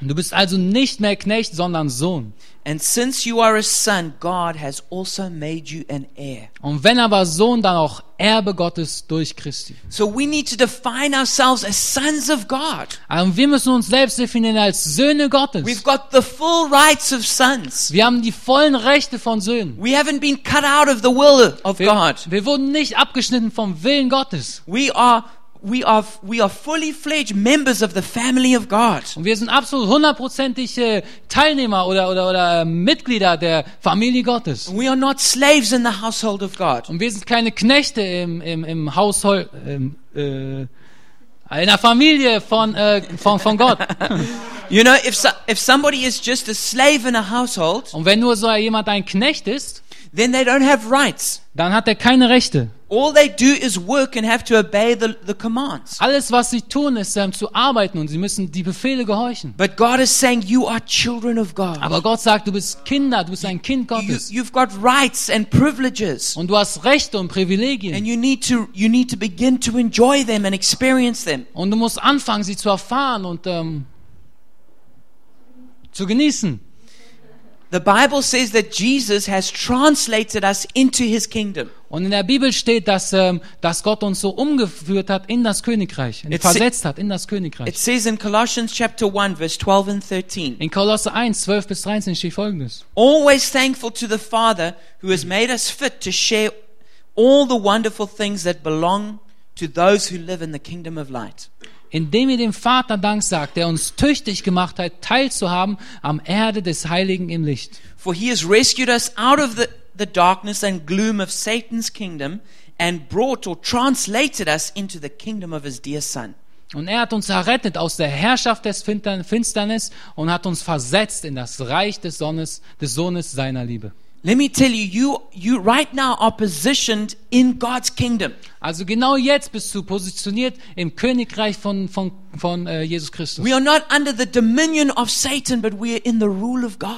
Speaker 1: Du bist also nicht mehr Knecht, sondern Sohn.
Speaker 2: And since you are a son, God has also made you an heir.
Speaker 1: Und wenn aber Sohn, dann auch Erbe Gottes durch Christi.
Speaker 2: So we need to define ourselves as sons of God.
Speaker 1: Und Also wir müssen uns selbst definieren als Söhne
Speaker 2: We've
Speaker 1: Gottes.
Speaker 2: got the full rights of sons.
Speaker 1: Wir haben die vollen Rechte von Söhnen.
Speaker 2: We haven't been cut out of the will of
Speaker 1: Wir,
Speaker 2: God.
Speaker 1: wir wurden nicht abgeschnitten vom Willen Gottes.
Speaker 2: We are we are we are fully fledged members of the family of God.
Speaker 1: Und wir sind absolut hundertprozentig äh, Teilnehmer oder, oder, oder äh, Mitglieder der Familie Gottes.
Speaker 2: We are not slaves in the household of God.
Speaker 1: Und wir sind keine Knechte im, im, im Haushalt, im, äh, in der Familie von, äh, von, von Gott.
Speaker 2: You know, if so, if somebody is just a slave in a household,
Speaker 1: Und wenn nur so jemand ein Knecht ist,
Speaker 2: then they don't have rights.
Speaker 1: dann hat er keine Rechte.
Speaker 2: All they do is work and have to obey the, the commands.
Speaker 1: Alles, was sie tun, ist ähm, zu arbeiten und sie müssen die Befehle gehorchen.
Speaker 2: But God is saying you are children of God.
Speaker 1: Aber Gott sagt, du bist Kinder, du bist ein Kind
Speaker 2: You,
Speaker 1: Gottes.
Speaker 2: you've got rights and privileges.
Speaker 1: Und du hast Rechte und Privilegien.
Speaker 2: And you need to you need to begin to enjoy them and experience them.
Speaker 1: Und du musst anfangen, sie zu erfahren und ähm, zu genießen.
Speaker 2: The Bible says that Jesus has translated us into his kingdom.
Speaker 1: Und in der Bibel steht, dass, ähm, dass Gott uns so umgeführt hat in das Königreich,
Speaker 2: It's-
Speaker 1: versetzt hat in das
Speaker 2: It
Speaker 1: Königreich.
Speaker 2: says in Colossians chapter 1 verse 12 and 13,
Speaker 1: In Kolosse 1, 12 bis 13 steht folgendes.
Speaker 2: always thankful to the Father who has made us fit to share all the wonderful things that belong to those who live in the kingdom of light.
Speaker 1: Indem ihr dem Vater Dank sagt, der uns tüchtig gemacht hat, teilzuhaben am Erde des Heiligen im Licht.
Speaker 2: For he has rescued us out of the, the darkness and gloom of Satan's kingdom and brought or translated us into the kingdom of his dear Son.
Speaker 1: Und er hat uns errettet aus der Herrschaft des Finter- Finsternis und hat uns versetzt in das Reich des, Sonnes, des Sohnes seiner Liebe.
Speaker 2: Let me tell you, you, you right now are positioned in God's kingdom.
Speaker 1: Also genau jetzt bist du positioniert im Königreich von, von, von äh, Jesus Christus.
Speaker 2: We are not under the dominion of Satan, but we are in the rule of God.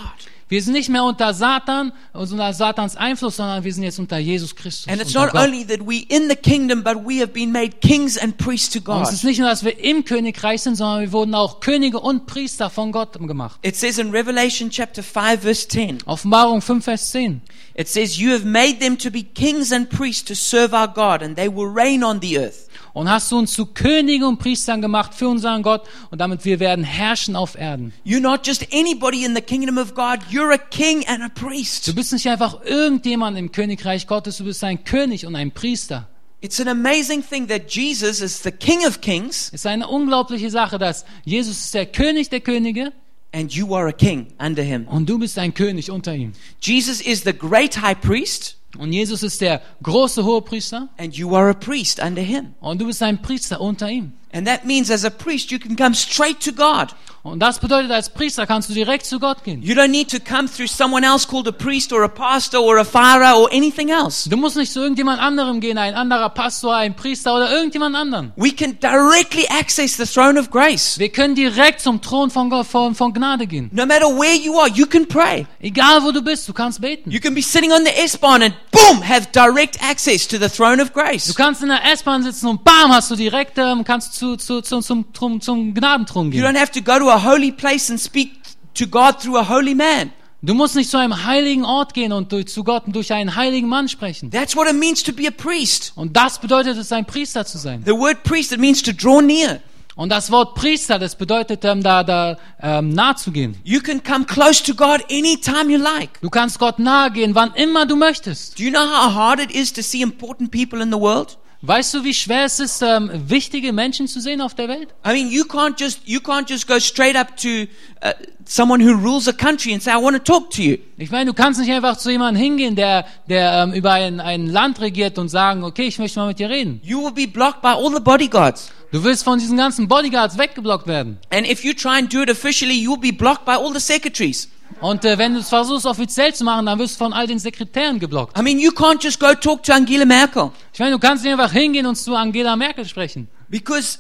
Speaker 1: Wir sind nicht mehr unter Satan, unter Satans Einfluss, sondern wir sind jetzt unter Jesus Christus.
Speaker 2: And it's
Speaker 1: unter
Speaker 2: not
Speaker 1: Gott.
Speaker 2: only that we in the kingdom, but we have been made kings and priests to
Speaker 1: und
Speaker 2: God.
Speaker 1: es ist nicht nur, dass wir im Königreich sind, sondern wir wurden auch Könige und Priester von Gott gemacht.
Speaker 2: It says in Revelation chapter 5 verse 10,
Speaker 1: Offenbarung 5, Vers 10.
Speaker 2: it says, You have made them to be kings and priests to serve our God, and they will reign on the earth.
Speaker 1: Und hast du uns zu Königen und Priestern gemacht für unseren Gott und damit wir werden herrschen auf Erden.
Speaker 2: You're not just anybody in the kingdom of God, you're a king and a
Speaker 1: Du
Speaker 2: priest.
Speaker 1: bist nicht einfach irgendjemand im Königreich Gottes, du bist ein König und ein Priester.
Speaker 2: It's an amazing thing that Jesus is the King of kings,
Speaker 1: Es ist eine unglaubliche Sache, dass Jesus ist der König der Könige
Speaker 2: and you are a king under him.
Speaker 1: und du bist ein König unter ihm.
Speaker 2: Jesus is the great high priest,
Speaker 1: Und Jesus ist der große Hohepriester
Speaker 2: and you are a priest under him.
Speaker 1: und du bist ein Priester unter ihm.
Speaker 2: And that means as a priest, you can come straight to God.
Speaker 1: Und das bedeutet, als Priester kannst du direkt zu Gott gehen.
Speaker 2: You don't need to come through someone else called a priest or a pastor or a pharaoh or anything else.
Speaker 1: Du musst nicht zu irgendjemand anderem gehen, ein anderer Pastor, ein Priester oder irgendjemand anderen.
Speaker 2: We can directly access the throne of grace.
Speaker 1: Wir können direkt zum Thron von, Gott- von, von Gnade gehen.
Speaker 2: No matter where you are, you can pray.
Speaker 1: Egal wo du bist, du kannst beten.
Speaker 2: You can be sitting on the S-Bahn and boom, have direct access to the throne of
Speaker 1: Du
Speaker 2: grace.
Speaker 1: kannst in der S-Bahn sitzen und bam, hast du direkt, ähm, kannst du zu, zu, zu, zum, zum, zum Gnadenthron
Speaker 2: You
Speaker 1: gehen.
Speaker 2: don't have to go to a holy place and speak to God through a holy man.
Speaker 1: Du musst nicht zu einem heiligen Ort gehen und durch, zu Gott durch einen heiligen Mann sprechen.
Speaker 2: That's what it means to be a priest.
Speaker 1: Und das bedeutet es, ein Priester zu sein.
Speaker 2: The word priest, it means to draw near.
Speaker 1: Und das Wort Priester, das bedeutet, ähm, da, da ähm, nahe zu gehen.
Speaker 2: You can come close to God anytime you like.
Speaker 1: Du kannst Gott nahe gehen, wann immer du möchtest.
Speaker 2: Do you know how hard it is to see important people in the world?
Speaker 1: Weißt du, wie schwer es ist, ähm, wichtige Menschen zu sehen auf der Welt?
Speaker 2: I mean, you can't just you can't just go straight up to uh, someone who rules a country and say, "I want to talk to you."
Speaker 1: Ich meine, du kannst nicht einfach zu jemandem hingehen, der, der ähm, über ein, ein Land regiert und sagen, okay, ich möchte mal mit dir reden.
Speaker 2: You will be blocked by all the bodyguards.
Speaker 1: Du willst von diesen ganzen Bodyguards weggeblockt werden.
Speaker 2: And if you try and do it officially, you'll be blocked by all the secretaries.
Speaker 1: Und äh, wenn du es versuchst, offiziell zu machen, dann wirst du von all den Sekretären geblockt.
Speaker 2: I mean, you can't just go talk to Angela Merkel
Speaker 1: Ich meine, du kannst nicht einfach hingehen und zu Angela Merkel sprechen.
Speaker 2: because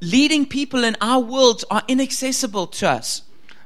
Speaker 2: leading people in our world are inaccessible to us.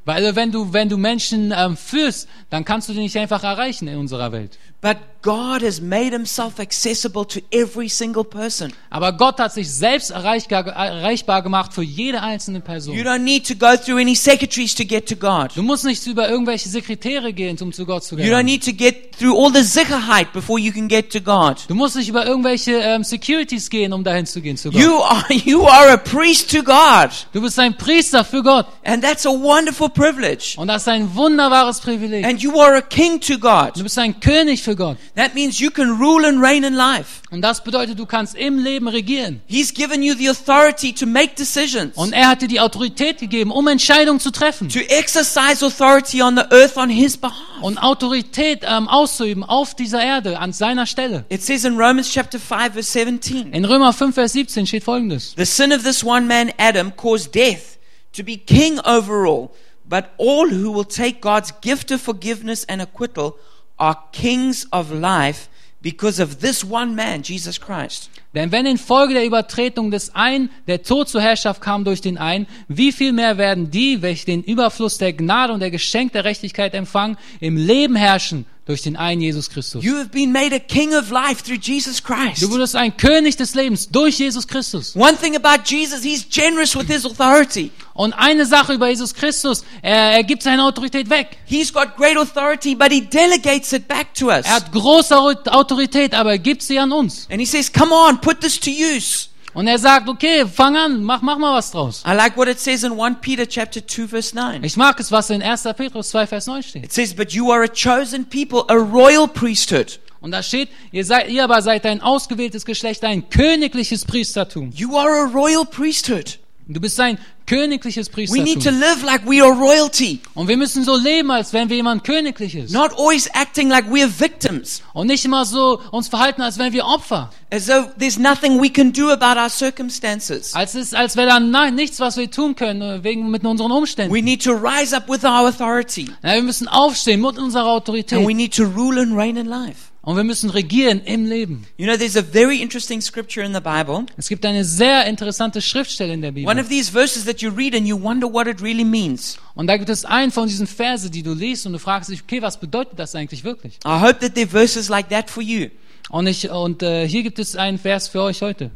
Speaker 1: Weil äh, wenn du, wenn du Menschen ähm, führst, dann kannst du die nicht einfach erreichen in unserer Welt.
Speaker 2: But God has made himself accessible to every single person.
Speaker 1: Aber Gott hat sich selbst erreichbar, erreichbar gemacht für jede einzelne
Speaker 2: You
Speaker 1: Person.
Speaker 2: don't need to go through any secretaries to get to God.
Speaker 1: Du musst nicht über irgendwelche Sekretäre gehen, um zu Gott zu
Speaker 2: You don't
Speaker 1: gelangen.
Speaker 2: need to get through all the Sicherheit before you can get to God.
Speaker 1: Du musst nicht über irgendwelche ähm, Securities gehen, um dahin zu gehen zu Gott.
Speaker 2: You are, you are a priest to God.
Speaker 1: Du bist ein Priester für Gott.
Speaker 2: And that's a wonderful privilege.
Speaker 1: Und das ist ein wunderbares Privileg.
Speaker 2: And you are a king to
Speaker 1: Du
Speaker 2: God.
Speaker 1: bist ein König für Gott.
Speaker 2: That means you can rule and reign in life.
Speaker 1: Und das bedeutet, du kannst im Leben regieren.
Speaker 2: He's given you the authority to make decisions,
Speaker 1: Und er hat dir die Autorität gegeben, um Entscheidungen zu treffen.
Speaker 2: to exercise authority on the earth on his behalf.
Speaker 1: Und Autorität ähm, auszuüben auf dieser Erde, an seiner Stelle.
Speaker 2: It says in Romans chapter 5 verse 17,
Speaker 1: In Römer 5, Vers 17 steht folgendes.
Speaker 2: The sin of this one man, Adam, caused death to be king over all. But all who will take God's gift of forgiveness and acquittal are kings of life because of this one man, Jesus Christ.
Speaker 1: Denn wenn infolge der Übertretung des einen der Tod zur Herrschaft kam durch den einen, wie viel mehr werden die, welche den Überfluss der Gnade und der Geschenk der Rechtigkeit empfangen, im Leben herrschen durch den einen Jesus Christus.
Speaker 2: You have been made a king of life through Jesus Christ.
Speaker 1: Du wurdest ein König des Lebens durch Jesus Christus.
Speaker 2: One thing about Jesus, he's generous with his authority.
Speaker 1: Und eine Sache über Jesus Christus, er, er gibt seine Autorität weg.
Speaker 2: He's got great authority, but he delegates it back to
Speaker 1: Er
Speaker 2: us.
Speaker 1: hat große Au- Autorität, aber er gibt sie an uns.
Speaker 2: And he says, Come on, put this to use.
Speaker 1: Und er sagt, okay, fang an, mach, mach mal was draus.
Speaker 2: I like what it says in 1 Peter chapter 2 verse 9.
Speaker 1: Ich mag es, was in 1. Petrus 2, Vers 9 steht.
Speaker 2: It says, But you are a chosen people, a royal priesthood.
Speaker 1: Und da steht, ihr seid, ihr aber seid ein ausgewähltes Geschlecht, ein königliches Priestertum.
Speaker 2: You are a royal priesthood.
Speaker 1: Du bist ein königliches
Speaker 2: We need to
Speaker 1: Priestertum.
Speaker 2: live like we are royalty,
Speaker 1: Und wir müssen so leben, als wären wir jemand Königliches.
Speaker 2: not always acting like we are victims,
Speaker 1: Und nicht immer so uns verhalten, als wären wir Opfer.
Speaker 2: as though there's nothing we can do about our circumstances.
Speaker 1: Als ist, als wäre dann nein, nichts, was wir tun können, äh, wegen, mit unseren Umständen.
Speaker 2: We need to rise up with our authority,
Speaker 1: Ja, wir müssen aufstehen mit unserer
Speaker 2: and we
Speaker 1: Autorität.
Speaker 2: need to rule and reign in life.
Speaker 1: Und wir müssen regieren im Leben.
Speaker 2: You know, there's a very interesting scripture in the Bible.
Speaker 1: Es gibt eine sehr interessante Schriftstelle in der
Speaker 2: One
Speaker 1: Bibel.
Speaker 2: of these verses that you read and you wonder what it really means.
Speaker 1: Und da gibt es einen von diesen Verse, die du liest und du fragst dich, okay, was bedeutet das eigentlich wirklich?
Speaker 2: I hope that there are verses like that for you.
Speaker 1: Und ich, und äh, hier gibt es einen Vers für euch heute.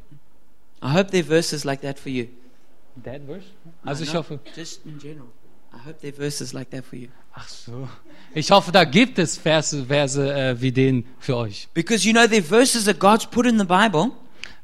Speaker 2: I hope there are verses like that for you.
Speaker 1: Also ich
Speaker 2: No,
Speaker 1: hoffe,
Speaker 2: Just in general. I hope there are verses like that for you.
Speaker 1: ach so, ich hoffe, da gibt es Verse, Verse äh, wie den für euch,
Speaker 2: Because you know, there are verses that God's put in the Bible,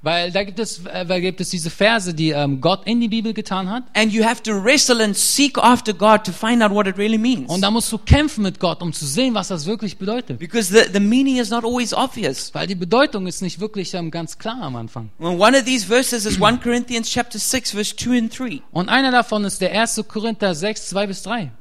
Speaker 1: weil da gibt es, äh, weil gibt es diese Verse, die ähm, Gott in die Bibel getan hat.
Speaker 2: and you have to wrestle and seek after God to find out what it really means.
Speaker 1: Und da musst du kämpfen mit Gott, um zu sehen, was das wirklich bedeutet.
Speaker 2: Because the, the meaning is not always obvious.
Speaker 1: Weil die Bedeutung ist nicht wirklich ähm, ganz klar am Anfang.
Speaker 2: Well, one of these verses is 1 Corinthians chapter 6, verse 2 and 3.
Speaker 1: Und einer davon ist der 1. Korinther 6, 2 bis 3.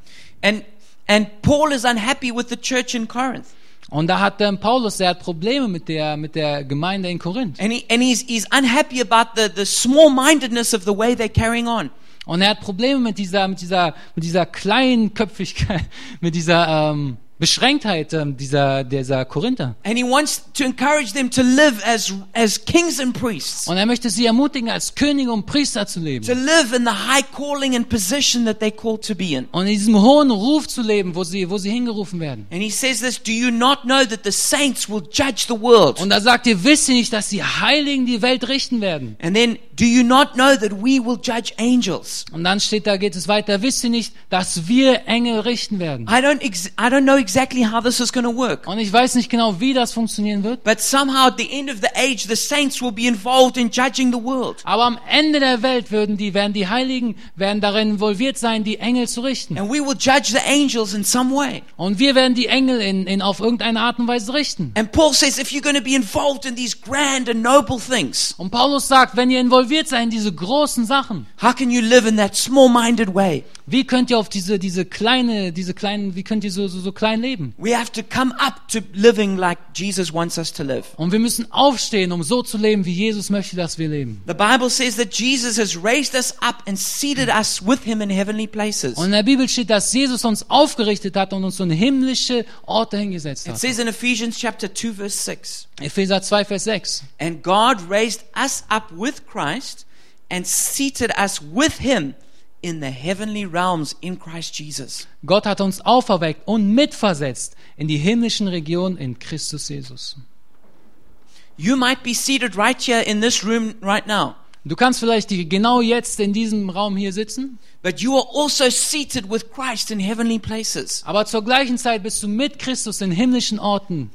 Speaker 2: And, and Paul is unhappy with the church in Corinth.
Speaker 1: Und da hat ähm, Paulus, der hat Probleme mit der, mit der Gemeinde in Korinth.
Speaker 2: And, he, and he's, he's unhappy about the, the small mindedness of the way they're carrying on.
Speaker 1: Und er hat Probleme mit dieser, mit dieser, mit dieser kleinen Köpfigkeit, mit dieser ähm, Beschränktheit ähm, dieser, dieser Korinther.
Speaker 2: And he wants to encourage them to live as, as kings and priests,
Speaker 1: Und er möchte sie ermutigen, als Könige und Priester zu
Speaker 2: to
Speaker 1: leben.
Speaker 2: live in the high calling and position that they're called to be in.
Speaker 1: Und in diesem hohen Ruf zu leben, wo sie, wo sie hingerufen werden.
Speaker 2: And he says this Do you not know that the saints will judge the world?
Speaker 1: Und da sagt ihr, wisst ihr nicht, dass die Heiligen die Welt richten werden?
Speaker 2: And then, Do you not know that we will judge angels?
Speaker 1: Und dann steht da, geht es weiter. Wisst ihr nicht, dass wir Engel richten werden?
Speaker 2: I don't, ex- I don't know exactly how this is going to work.
Speaker 1: Und ich weiß nicht genau, wie das funktionieren wird.
Speaker 2: But somehow at the end of the age, the saints will be involved in judging the world.
Speaker 1: Aber am Ende der Welt würden die, werden die Heiligen, werden darin involviert sein, die Engel zu richten.
Speaker 2: And we will judge the angels in some way.
Speaker 1: Und wir werden die Engel in, in, auf irgendeine Art und Weise richten.
Speaker 2: And Paul says, if you're going to be involved in these grand and noble things,
Speaker 1: Und Paulus sagt, wenn ihr involviert seid in diese großen Sachen,
Speaker 2: how can you live in that small minded way?
Speaker 1: wie könnt ihr auf diese, diese kleine, diese kleinen, wie könnt ihr so, so, so klein leben?
Speaker 2: We have to come up to living like Jesus wants us to live.
Speaker 1: Und wir müssen aufstehen, um so zu leben, wie Jesus möchte, dass wir leben.
Speaker 2: The Bible says that Jesus has raised us up and seated us with him in heavenly places.
Speaker 1: Und in der Bibel steht, dass Jesus uns aufgerichtet hat und uns so in himmlische Orte hingesetzt
Speaker 2: It
Speaker 1: hat.
Speaker 2: says in Ephesians chapter 2 verse 6,
Speaker 1: Epheser 2, Vers 6.
Speaker 2: and God raised us up with Christ and seated us with him in the heavenly realms in Christ Jesus.
Speaker 1: Gott hat uns auferweckt und mitversetzt in die himmlischen Regionen in Christus Jesus.
Speaker 2: You might be seated right here in this room right now,
Speaker 1: Du kannst vielleicht die, genau jetzt in diesem Raum hier sitzen,
Speaker 2: but you are also seated with Christ in heavenly places.
Speaker 1: aber zur gleichen Zeit bist du mit Christus in himmlischen Orten.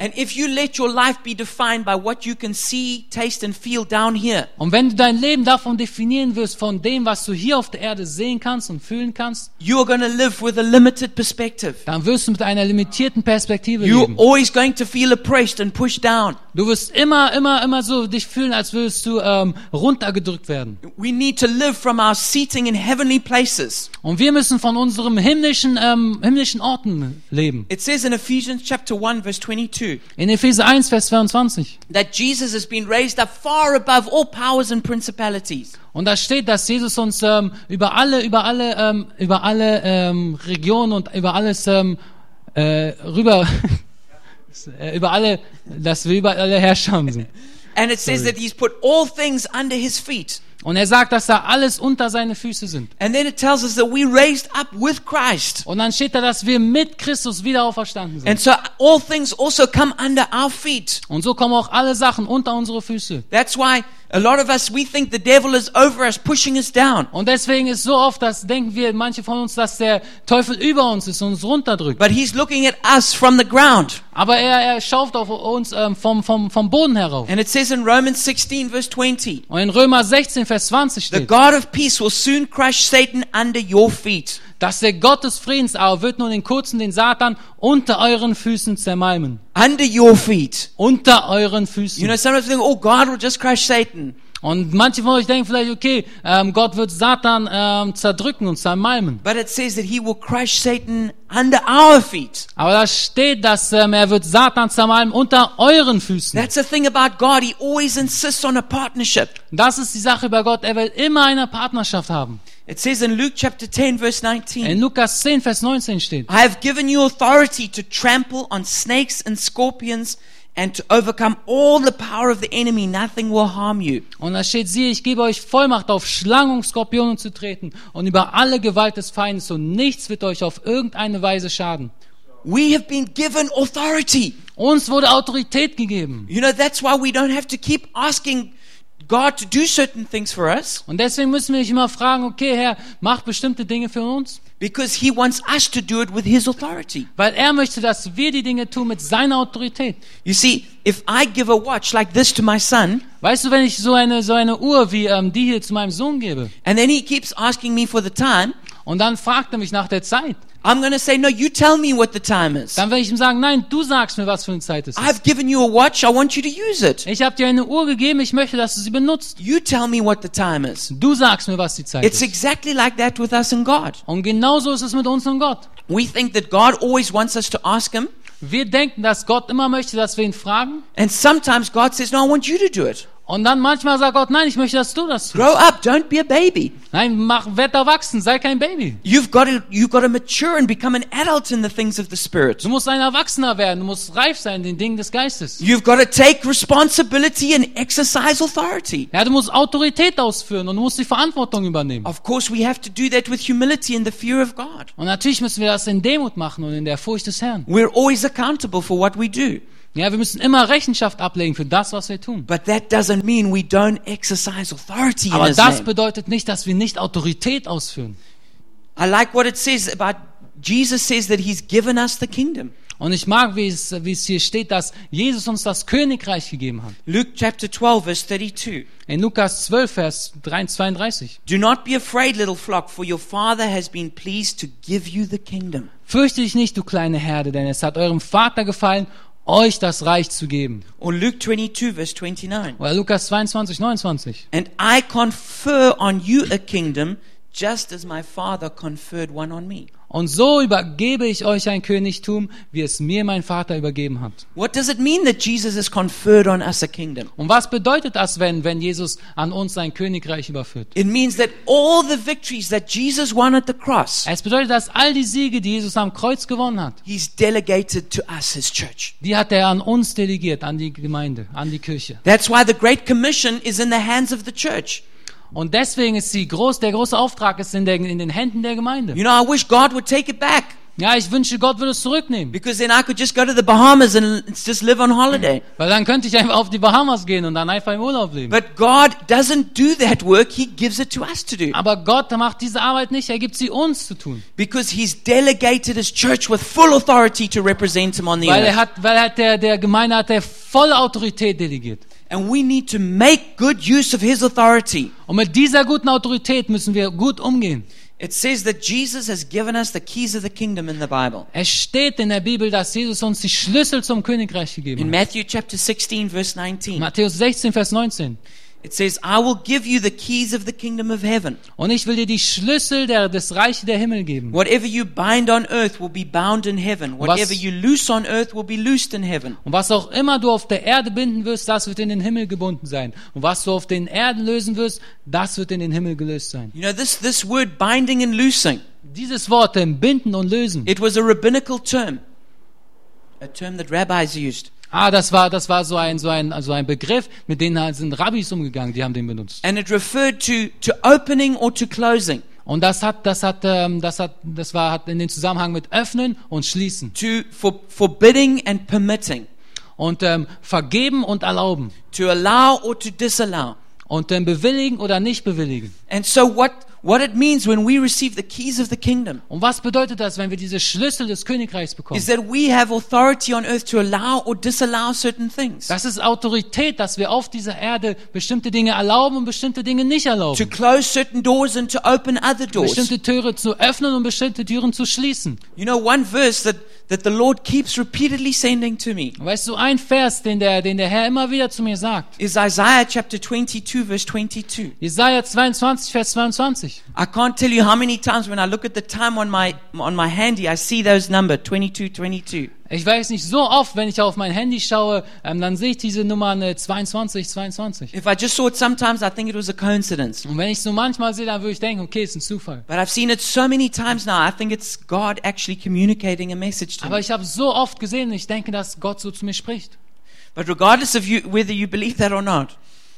Speaker 2: And if you let your life be defined by what you can see, taste and feel down here,
Speaker 1: Und wenn du dein Leben davon definieren wirst, von dem, was du hier auf der Erde sehen kannst und fühlen kannst,
Speaker 2: you are going to live with a limited perspective.
Speaker 1: dann wirst du mit einer limitierten Perspektive
Speaker 2: You're
Speaker 1: leben.
Speaker 2: always going to feel oppressed and pushed down.
Speaker 1: Du wirst immer, immer, immer so dich fühlen, als würdest du ähm, runtergedrückt werden.
Speaker 2: We need to live from our seating in heavenly places.
Speaker 1: Und wir müssen von unserem himmlischen, ähm, himmlischen Orten leben.
Speaker 2: It says in Ephesians chapter 1 verse 22
Speaker 1: In Epheser 1, Vers 22.
Speaker 2: that Jesus has been raised up far above all powers and principalities.
Speaker 1: Und da steht, dass Jesus uns ähm, über alle, über alle, ähm, über alle ähm, Regionen und über alles ähm, äh, rüber, äh, über alle, dass wir über alle Herrscher sind.
Speaker 2: And it says that he's put all things under his feet.
Speaker 1: Und er sagt, dass da alles unter seine Füße sind.
Speaker 2: And then it tells us that we raised up with Christ.
Speaker 1: Und dann steht da, dass wir mit Christus wieder auferstanden sind.
Speaker 2: And so all things also come under our feet.
Speaker 1: Und so kommen auch alle Sachen unter unsere Füße.
Speaker 2: That's why a lot of us we think the devil is over us pushing us down.
Speaker 1: Und deswegen ist so oft, dass denken wir, manche von uns, dass der Teufel über uns ist und uns runterdrückt.
Speaker 2: But he's looking at us from the ground.
Speaker 1: Aber er, er schauft auf uns ähm, vom, vom, vom Boden herauf.
Speaker 2: And it says in Romans 16 verse 20
Speaker 1: Und in Römer 16, Vers 20
Speaker 2: The
Speaker 1: steht,
Speaker 2: God of peace will soon crush Satan under your feet.
Speaker 1: dass der Gott des Friedens aber wird nun in kurzem den Satan unter euren Füßen zermalmen.
Speaker 2: Under your feet.
Speaker 1: Unter euren
Speaker 2: You know,
Speaker 1: Füßen.
Speaker 2: sometimes we think, oh, God will just crush Satan.
Speaker 1: Und manche von euch denken vielleicht, okay, ähm, Gott wird Satan ähm, zerdrücken und zermalmen.
Speaker 2: But it says that he will crush Satan under our feet.
Speaker 1: Aber da steht, dass ähm, er wird Satan zermalmen unter euren Füßen.
Speaker 2: That's the thing about God. He always insists on a partnership.
Speaker 1: Das ist die Sache bei Gott. Er will immer eine Partnerschaft haben.
Speaker 2: It says in Luke chapter 10, verse 19,
Speaker 1: In Lukas 10, Vers 19 steht,
Speaker 2: I have given you authority to trample on snakes and scorpions and to overcome all the power of the enemy. Nothing will harm you.
Speaker 1: und da steht, siehe, ich gebe euch Vollmacht, auf Schlangen und Skorpionen zu treten und über alle Gewalt des Feindes und nichts wird euch auf irgendeine Weise schaden.
Speaker 2: We have been given authority.
Speaker 1: Uns wurde Autorität gegeben.
Speaker 2: You know, that's why we don't have to keep asking God to do certain things for us
Speaker 1: Und deswegen müssen wir nicht immer fragen, okay, Herr, mach bestimmte Dinge für uns,
Speaker 2: because He wants us to do it with His authority.
Speaker 1: weil er möchte, dass wir die Dinge tun mit seiner Autorität.
Speaker 2: You see, if I give a watch like this to my son,
Speaker 1: Weißt du, wenn ich so eine, so eine Uhr wie ähm, die hier zu meinem Sohn gebe
Speaker 2: and then he keeps asking me for the time,
Speaker 1: und dann fragt er mich nach der Zeit,
Speaker 2: I'm going to say, No, you tell me what the time is.
Speaker 1: dann werde ich ihm sagen, nein, du sagst mir, was für eine Zeit es ist.
Speaker 2: I've given you a watch, I want you to use it.
Speaker 1: Ich habe dir eine Uhr gegeben, ich möchte, dass du sie benutzt.
Speaker 2: You tell me what the time is.
Speaker 1: Du sagst mir, was die Zeit
Speaker 2: It's
Speaker 1: ist.
Speaker 2: exactly like that with us and God.
Speaker 1: Und genauso ist es mit uns und Gott.
Speaker 2: We think that God always wants us to ask Him,
Speaker 1: Wir denken, dass Gott immer möchte, dass wir ihn fragen.
Speaker 2: and sometimes God says, No, I want you to do it.
Speaker 1: Und dann manchmal sagt Gott, nein, ich möchte, dass du das tust.
Speaker 2: Grow up, don't be a baby.
Speaker 1: Nein, mach, werd erwachsen, sei kein Baby.
Speaker 2: You've got to you've got to mature and become an adult in the things of the spirit.
Speaker 1: Du musst ein Erwachsener werden, du musst reif sein in den Dingen des Geistes.
Speaker 2: You've got to take responsibility and exercise authority.
Speaker 1: Ja, du musst Autorität ausführen und du musst die Verantwortung übernehmen.
Speaker 2: Of course, we have to do that with humility and the fear of God.
Speaker 1: Und natürlich müssen wir das in Demut machen und in der Furcht des Herrn.
Speaker 2: We're always accountable for what we do.
Speaker 1: Ja, wir müssen immer Rechenschaft ablegen für das, was wir tun.
Speaker 2: But that doesn't mean we don't exercise authority in
Speaker 1: Aber
Speaker 2: His
Speaker 1: das
Speaker 2: name.
Speaker 1: bedeutet nicht, dass wir nicht Autorität ausführen.
Speaker 2: I like what it says about Jesus says that He's given us the kingdom.
Speaker 1: Und ich mag, wie es, wie es hier steht, dass Jesus uns das Königreich gegeben hat.
Speaker 2: Luke chapter 12, verse 32.
Speaker 1: In Lukas 12, Vers 3, 32.
Speaker 2: Do not be afraid, little flock, for your Father has been pleased to give you the kingdom.
Speaker 1: Fürchte dich nicht, du kleine Herde, denn es hat eurem Vater gefallen, euch das Reich zu geben.
Speaker 2: Or Luke 22, verse 29.
Speaker 1: Oder Lukas 22, 29.
Speaker 2: And I confer on you a kingdom, just as my Father conferred one on me.
Speaker 1: Und so übergebe ich euch ein Königtum, wie es mir mein Vater übergeben hat.
Speaker 2: What does it mean that Jesus has conferred on us a kingdom?
Speaker 1: Und was bedeutet das, wenn, wenn Jesus an uns sein Königreich überführt?
Speaker 2: It means that all the victories that Jesus won at the cross,
Speaker 1: Es bedeutet, dass all die Siege, die Jesus am Kreuz gewonnen hat,
Speaker 2: He's delegated to us, His church.
Speaker 1: die hat er an uns delegiert, an die Gemeinde, an die Kirche.
Speaker 2: That's why the Great Commission is in the hands of the church.
Speaker 1: Und deswegen ist sie groß, der große Auftrag ist in, der, in den Händen der Gemeinde.
Speaker 2: You know, I wish God would take it back
Speaker 1: Ja, ich wünsche, Gott würde es zurücknehmen.
Speaker 2: because then I could just go to the Bahamas and just live on holiday.
Speaker 1: Weil dann könnte ich einfach auf die Bahamas gehen und dann einfach im Urlaub leben.
Speaker 2: But God doesn't do that work, He gives it to us to do
Speaker 1: Aber Gott macht diese Arbeit nicht, er gibt sie uns zu tun.
Speaker 2: because He's delegated His church with full authority to represent Him on the
Speaker 1: Weil er
Speaker 2: earth.
Speaker 1: hat, weil er hat der, der Gemeinde hat er volle Autorität delegiert.
Speaker 2: And we need to make good use of His authority.
Speaker 1: Und mit dieser guten Autorität müssen wir gut umgehen.
Speaker 2: It says that Jesus has given us the keys of the kingdom in the Bible.
Speaker 1: Es steht in der Bibel, dass Jesus uns die Schlüssel zum Königreich
Speaker 2: In
Speaker 1: gegeben hat.
Speaker 2: Matthew chapter 16, verse 19,
Speaker 1: Matthäus 16, Vers 19.
Speaker 2: it says, I will give you the keys of the kingdom of heaven.
Speaker 1: Und ich will dir die Schlüssel der, des Reiches der Himmel geben.
Speaker 2: Whatever you bind on earth will be bound in heaven.
Speaker 1: Was-
Speaker 2: Whatever you loose on earth will be loosed in heaven.
Speaker 1: Und was auch immer du auf der Erde binden wirst, das wird in den Himmel gebunden sein. Und was du auf den Erden lösen wirst, das wird in den Himmel gelöst sein.
Speaker 2: You know, this, this word binding and loosing,
Speaker 1: Dieses Wort, denn binden und lösen,
Speaker 2: it was a rabbinical term, a term that rabbis used.
Speaker 1: ah, das war, das war so ein, so ein, so ein Begriff, mit dem sind Rabbis umgegangen, die haben den benutzt.
Speaker 2: And it referred to, to opening or to closing,
Speaker 1: Und das hat, das hat, ähm, das hat, das war, hat in den Zusammenhang mit öffnen und schließen.
Speaker 2: to for, forbidding and permitting,
Speaker 1: Und ähm, vergeben und erlauben.
Speaker 2: to allow or to disallow.
Speaker 1: Und ähm, bewilligen oder nicht bewilligen.
Speaker 2: And so what, what it means when we receive the keys of the kingdom
Speaker 1: Und was bedeutet das, wenn wir diese Schlüssel des Königreichs bekommen?
Speaker 2: is that we have authority on earth to allow or disallow certain things,
Speaker 1: Das ist Autorität, dass wir auf dieser Erde bestimmte Dinge erlauben und bestimmte Dinge nicht
Speaker 2: to
Speaker 1: erlauben.
Speaker 2: close certain doors and to open other doors.
Speaker 1: Bestimmte Türe zu öffnen und bestimmte Türen zu schließen.
Speaker 2: You know, one verse that, that the Lord keeps repeatedly sending to me
Speaker 1: Und Weißt du, ein Vers, den der, den der Herr immer wieder zu mir sagt.
Speaker 2: is Isaiah chapter 22, verse 22.
Speaker 1: Jesaja 22, Vers 22.
Speaker 2: I can't tell you how many times when I look at the time on my, on my handy, I see those number 22, 22.
Speaker 1: Ich weiß nicht, so oft, wenn ich auf mein Handy schaue, ähm, dann sehe ich diese Nummern äh, 22, 22.
Speaker 2: If I just saw it sometimes, I think it was a coincidence.
Speaker 1: Und wenn ich so manchmal sehe, dann würde ich denken, okay, ist ein Zufall.
Speaker 2: But I've seen it so many times now, I think it's God actually communicating a message to
Speaker 1: Aber
Speaker 2: me.
Speaker 1: ich habe so oft gesehen, und ich denke, dass Gott so zu mir spricht.
Speaker 2: But regardless of you, whether you believe that or not,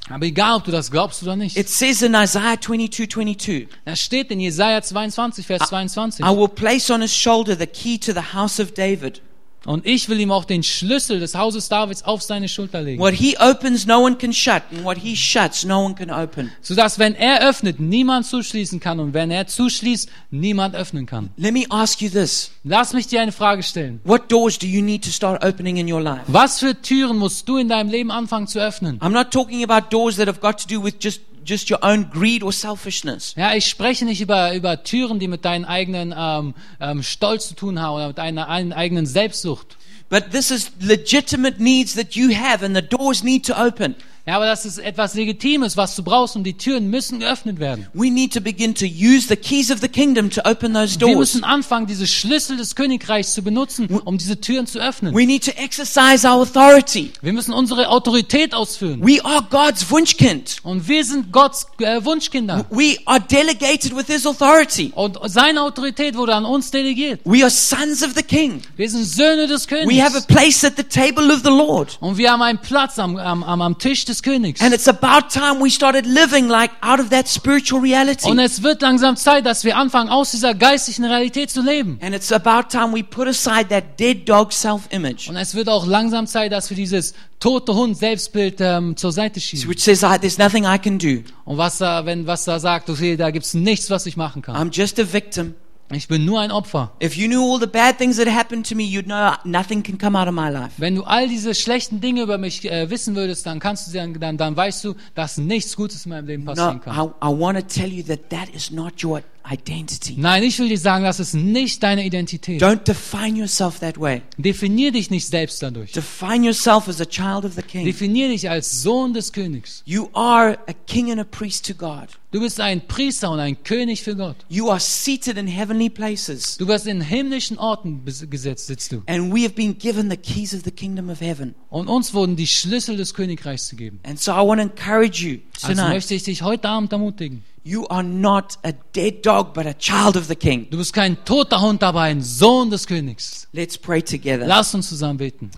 Speaker 1: Aber egal, ob du das glaubst oder nicht.
Speaker 2: it says in Isaiah 22, 22,
Speaker 1: Das steht in Jesaja 22, Vers 22.
Speaker 2: I will place on his shoulder the key to the house of David.
Speaker 1: Und ich will ihm auch den Schlüssel des Hauses Davids auf seine Schulter legen,
Speaker 2: What he opens, no one can shut, and what he shuts, no one can open.
Speaker 1: sodass wenn er öffnet, niemand zuschließen kann und wenn er zuschließt, niemand öffnen kann.
Speaker 2: Let me ask you this.
Speaker 1: Lass mich dir eine Frage stellen.
Speaker 2: What doors do you need to start opening in your life?
Speaker 1: Was für Türen musst du in deinem Leben anfangen zu öffnen?
Speaker 2: I'm not talking about doors that have got to do with just, just your own greed or selfishness.
Speaker 1: Ja, ich spreche nicht über, über Türen, die mit deinen eigenen ähm, ähm, Stolz zu tun haben oder mit deiner ein- eigenen Selbstsucht.
Speaker 2: But this is legitimate needs that you have and the doors need to open.
Speaker 1: Ja, aber das ist etwas Legitimes, was du brauchst und die Türen müssen geöffnet werden.
Speaker 2: We need to begin to use the keys of the kingdom to open those
Speaker 1: Wir
Speaker 2: doors.
Speaker 1: müssen anfangen, diese Schlüssel des Königreichs zu benutzen, um diese Türen zu öffnen.
Speaker 2: We need to exercise our authority.
Speaker 1: Wir müssen unsere Autorität ausführen.
Speaker 2: We are God's Wunschkind.
Speaker 1: Und wir sind Gottes äh, Wunschkinder.
Speaker 2: We are delegated with his authority.
Speaker 1: Und seine Autorität wurde an uns delegiert.
Speaker 2: We are sons of the king.
Speaker 1: Wir sind Söhne des
Speaker 2: We have a
Speaker 1: Königs.
Speaker 2: place at the table of the Lord.
Speaker 1: Und wir haben einen Platz am, am, am, am Tisch des des Königs.
Speaker 2: And it's about time we started living like out of that spiritual reality.
Speaker 1: Und es wird langsam Zeit, dass wir anfangen, aus dieser geistlichen Realität zu leben.
Speaker 2: And it's about time we put aside that dead dog self image,
Speaker 1: Und es wird auch langsam Zeit, dass wir dieses tote Hund Selbstbild ähm, zur Seite schieben.
Speaker 2: which says, I, There's nothing I can do.
Speaker 1: Und was da, wenn was da sagt, okay, da gibt's nichts, was ich machen kann.
Speaker 2: I'm just a victim.
Speaker 1: Ich bin nur ein Opfer.
Speaker 2: If you knew all the bad things that happened to me, you'd know "Ah, nothing can come out of my life.
Speaker 1: Wenn du all diese schlechten Dinge über mich äh, wissen würdest, dann kannst du dann, dann dann weißt du, dass nichts Gutes in meinem Leben passieren
Speaker 2: No,
Speaker 1: kann.
Speaker 2: I, I want to tell you that that is not your identity.
Speaker 1: Nein, ich will dir sagen, das ist nicht deine Identität.
Speaker 2: Don't define yourself that way.
Speaker 1: Definier dich nicht selbst dadurch.
Speaker 2: Define yourself as a child of the king.
Speaker 1: Definier dich als Sohn des Königs.
Speaker 2: You are a king and a priest to God.
Speaker 1: Du bist ein Priester und ein König für Gott.
Speaker 2: You are seated in heavenly places.
Speaker 1: Du wirst in himmlischen Orten bes- gesetzt, sitzt du.
Speaker 2: And we have been given the keys of the kingdom of heaven.
Speaker 1: Und uns wurden die Schlüssel des Königreichs gegeben.
Speaker 2: And so I want to encourage you
Speaker 1: Also
Speaker 2: tonight.
Speaker 1: möchte ich dich heute Abend ermutigen.
Speaker 2: You are not a dead dog, but a child of the king.
Speaker 1: Du bist kein toter Hund, aber ein Sohn des Königs.
Speaker 2: Let's pray together.
Speaker 1: Lass uns zusammen beten.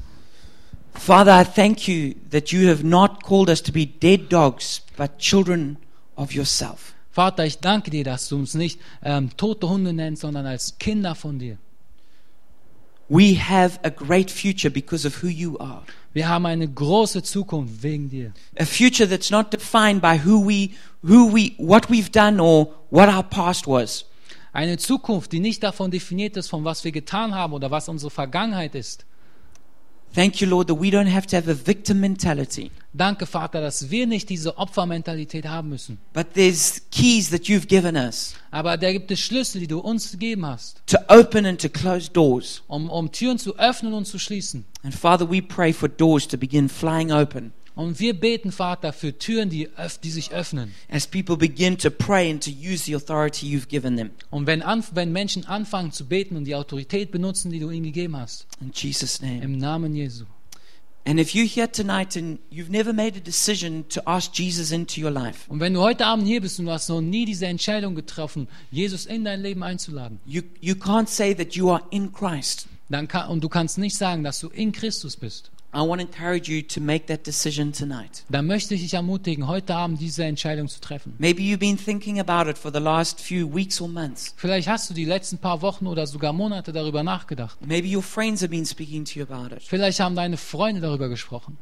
Speaker 2: Father, I thank you that you have not called us to be dead dogs, but children of yourself.
Speaker 1: Vater, ich danke dir, dass du uns nicht ähm, tote Hunde nennst, sondern als Kinder von dir.
Speaker 2: We have a great future because of who you are.
Speaker 1: Wir haben eine große Zukunft wegen dir.
Speaker 2: A future that's not defined by who we, who we, what we've done or what our past was.
Speaker 1: Eine Zukunft, die nicht davon definiert ist, von was wir getan haben oder was unsere Vergangenheit ist.
Speaker 2: Thank you, Lord, that we don't have to have a victim mentality.
Speaker 1: Danke, Vater, dass wir nicht diese Opfermentalität haben müssen.
Speaker 2: But there's keys that you've given us
Speaker 1: Aber da gibt es Schlüssel, die du uns gegeben hast,
Speaker 2: to open and to close doors.
Speaker 1: um, um Türen zu öffnen und zu schließen.
Speaker 2: And Father, we pray for doors to begin flying open
Speaker 1: Und wir beten, Vater, für Türen, die, öff die sich öffnen.
Speaker 2: as people begin to pray and to use the authority you've given them.
Speaker 1: Und wenn, anf wenn Menschen anfangen zu beten und die Autorität benutzen, die du ihnen gegeben hast,
Speaker 2: In Jesus' name.
Speaker 1: im Namen Jesu.
Speaker 2: And if you're here tonight and you've never made a decision to ask Jesus into your life,
Speaker 1: Und wenn du heute Abend hier bist und du hast noch nie diese Entscheidung getroffen, Jesus in dein Leben einzuladen,
Speaker 2: you, you can't say that you are in Christ.
Speaker 1: dann kann, und du kannst nicht sagen, dass du in Christus bist,
Speaker 2: I want to encourage you to make that decision tonight.
Speaker 1: dann möchte ich dich ermutigen, heute Abend diese Entscheidung zu treffen.
Speaker 2: Maybe you've been thinking about it for the last few weeks or months.
Speaker 1: Vielleicht hast du die letzten paar Wochen oder sogar Monate darüber nachgedacht.
Speaker 2: Maybe your friends have been speaking to you about it.
Speaker 1: Vielleicht haben deine Freunde darüber gesprochen.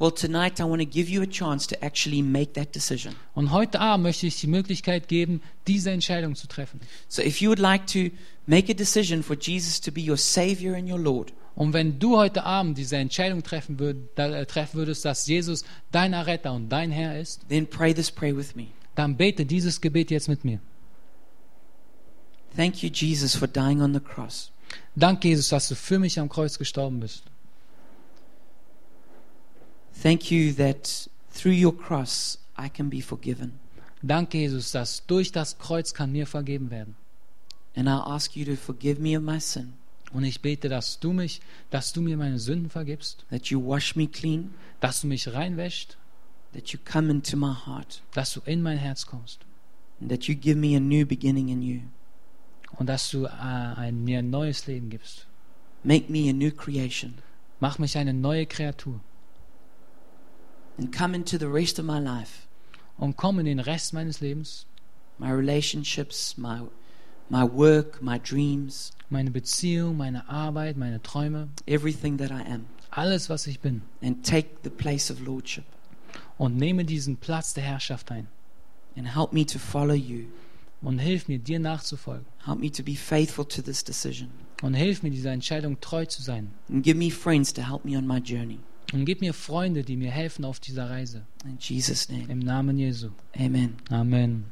Speaker 2: Well, tonight I want to give you a chance to actually make that decision.
Speaker 1: Und heute Abend möchte ich die Möglichkeit geben, diese Entscheidung zu treffen.
Speaker 2: So if you would like to make a decision for Jesus to be your Savior and your Lord,
Speaker 1: Und wenn du heute Abend diese Entscheidung treffen, würd, da, äh, treffen würdest, dass Jesus dein Erretter und dein Herr ist,
Speaker 2: then pray this prayer with me.
Speaker 1: dann bete dieses Gebet jetzt mit mir.
Speaker 2: Thank you, Jesus, for dying on the cross.
Speaker 1: Danke, Jesus, dass du für mich am Kreuz gestorben bist.
Speaker 2: Thank you that through your cross I can be forgiven.
Speaker 1: Danke, Jesus, dass durch das Kreuz kann mir vergeben werden.
Speaker 2: And I ask you to forgive me of my sin,
Speaker 1: Und ich bete, dass du mich, dass du mir meine Sünden vergibst,
Speaker 2: that you wash me clean,
Speaker 1: dass du mich reinwäscht,
Speaker 2: that you come into my heart,
Speaker 1: dass du in mein Herz kommst
Speaker 2: and that you give me a new beginning in you.
Speaker 1: und dass du äh, ein, mir ein neues Leben gibst.
Speaker 2: Make me a new creation
Speaker 1: Mach mich eine neue Kreatur
Speaker 2: and come into the rest of my life,
Speaker 1: und komm in den Rest meines Lebens,
Speaker 2: my relationships, my, my work, my dreams,
Speaker 1: meine Beziehung, meine Arbeit, meine Träume,
Speaker 2: everything that I am.
Speaker 1: alles, was ich bin
Speaker 2: and take the place of lordship
Speaker 1: und nehme diesen Platz der Herrschaft ein
Speaker 2: and help me to follow you.
Speaker 1: und hilf mir, dir nachzufolgen
Speaker 2: Help me to be faithful to this decision
Speaker 1: und hilf mir, dieser Entscheidung treu zu sein.
Speaker 2: and give me friends to help me on my journey.
Speaker 1: Und gib mir Freunde, die mir helfen auf dieser Reise.
Speaker 2: In Jesus' name,
Speaker 1: Im Namen Jesu.
Speaker 2: amen.
Speaker 1: Amen.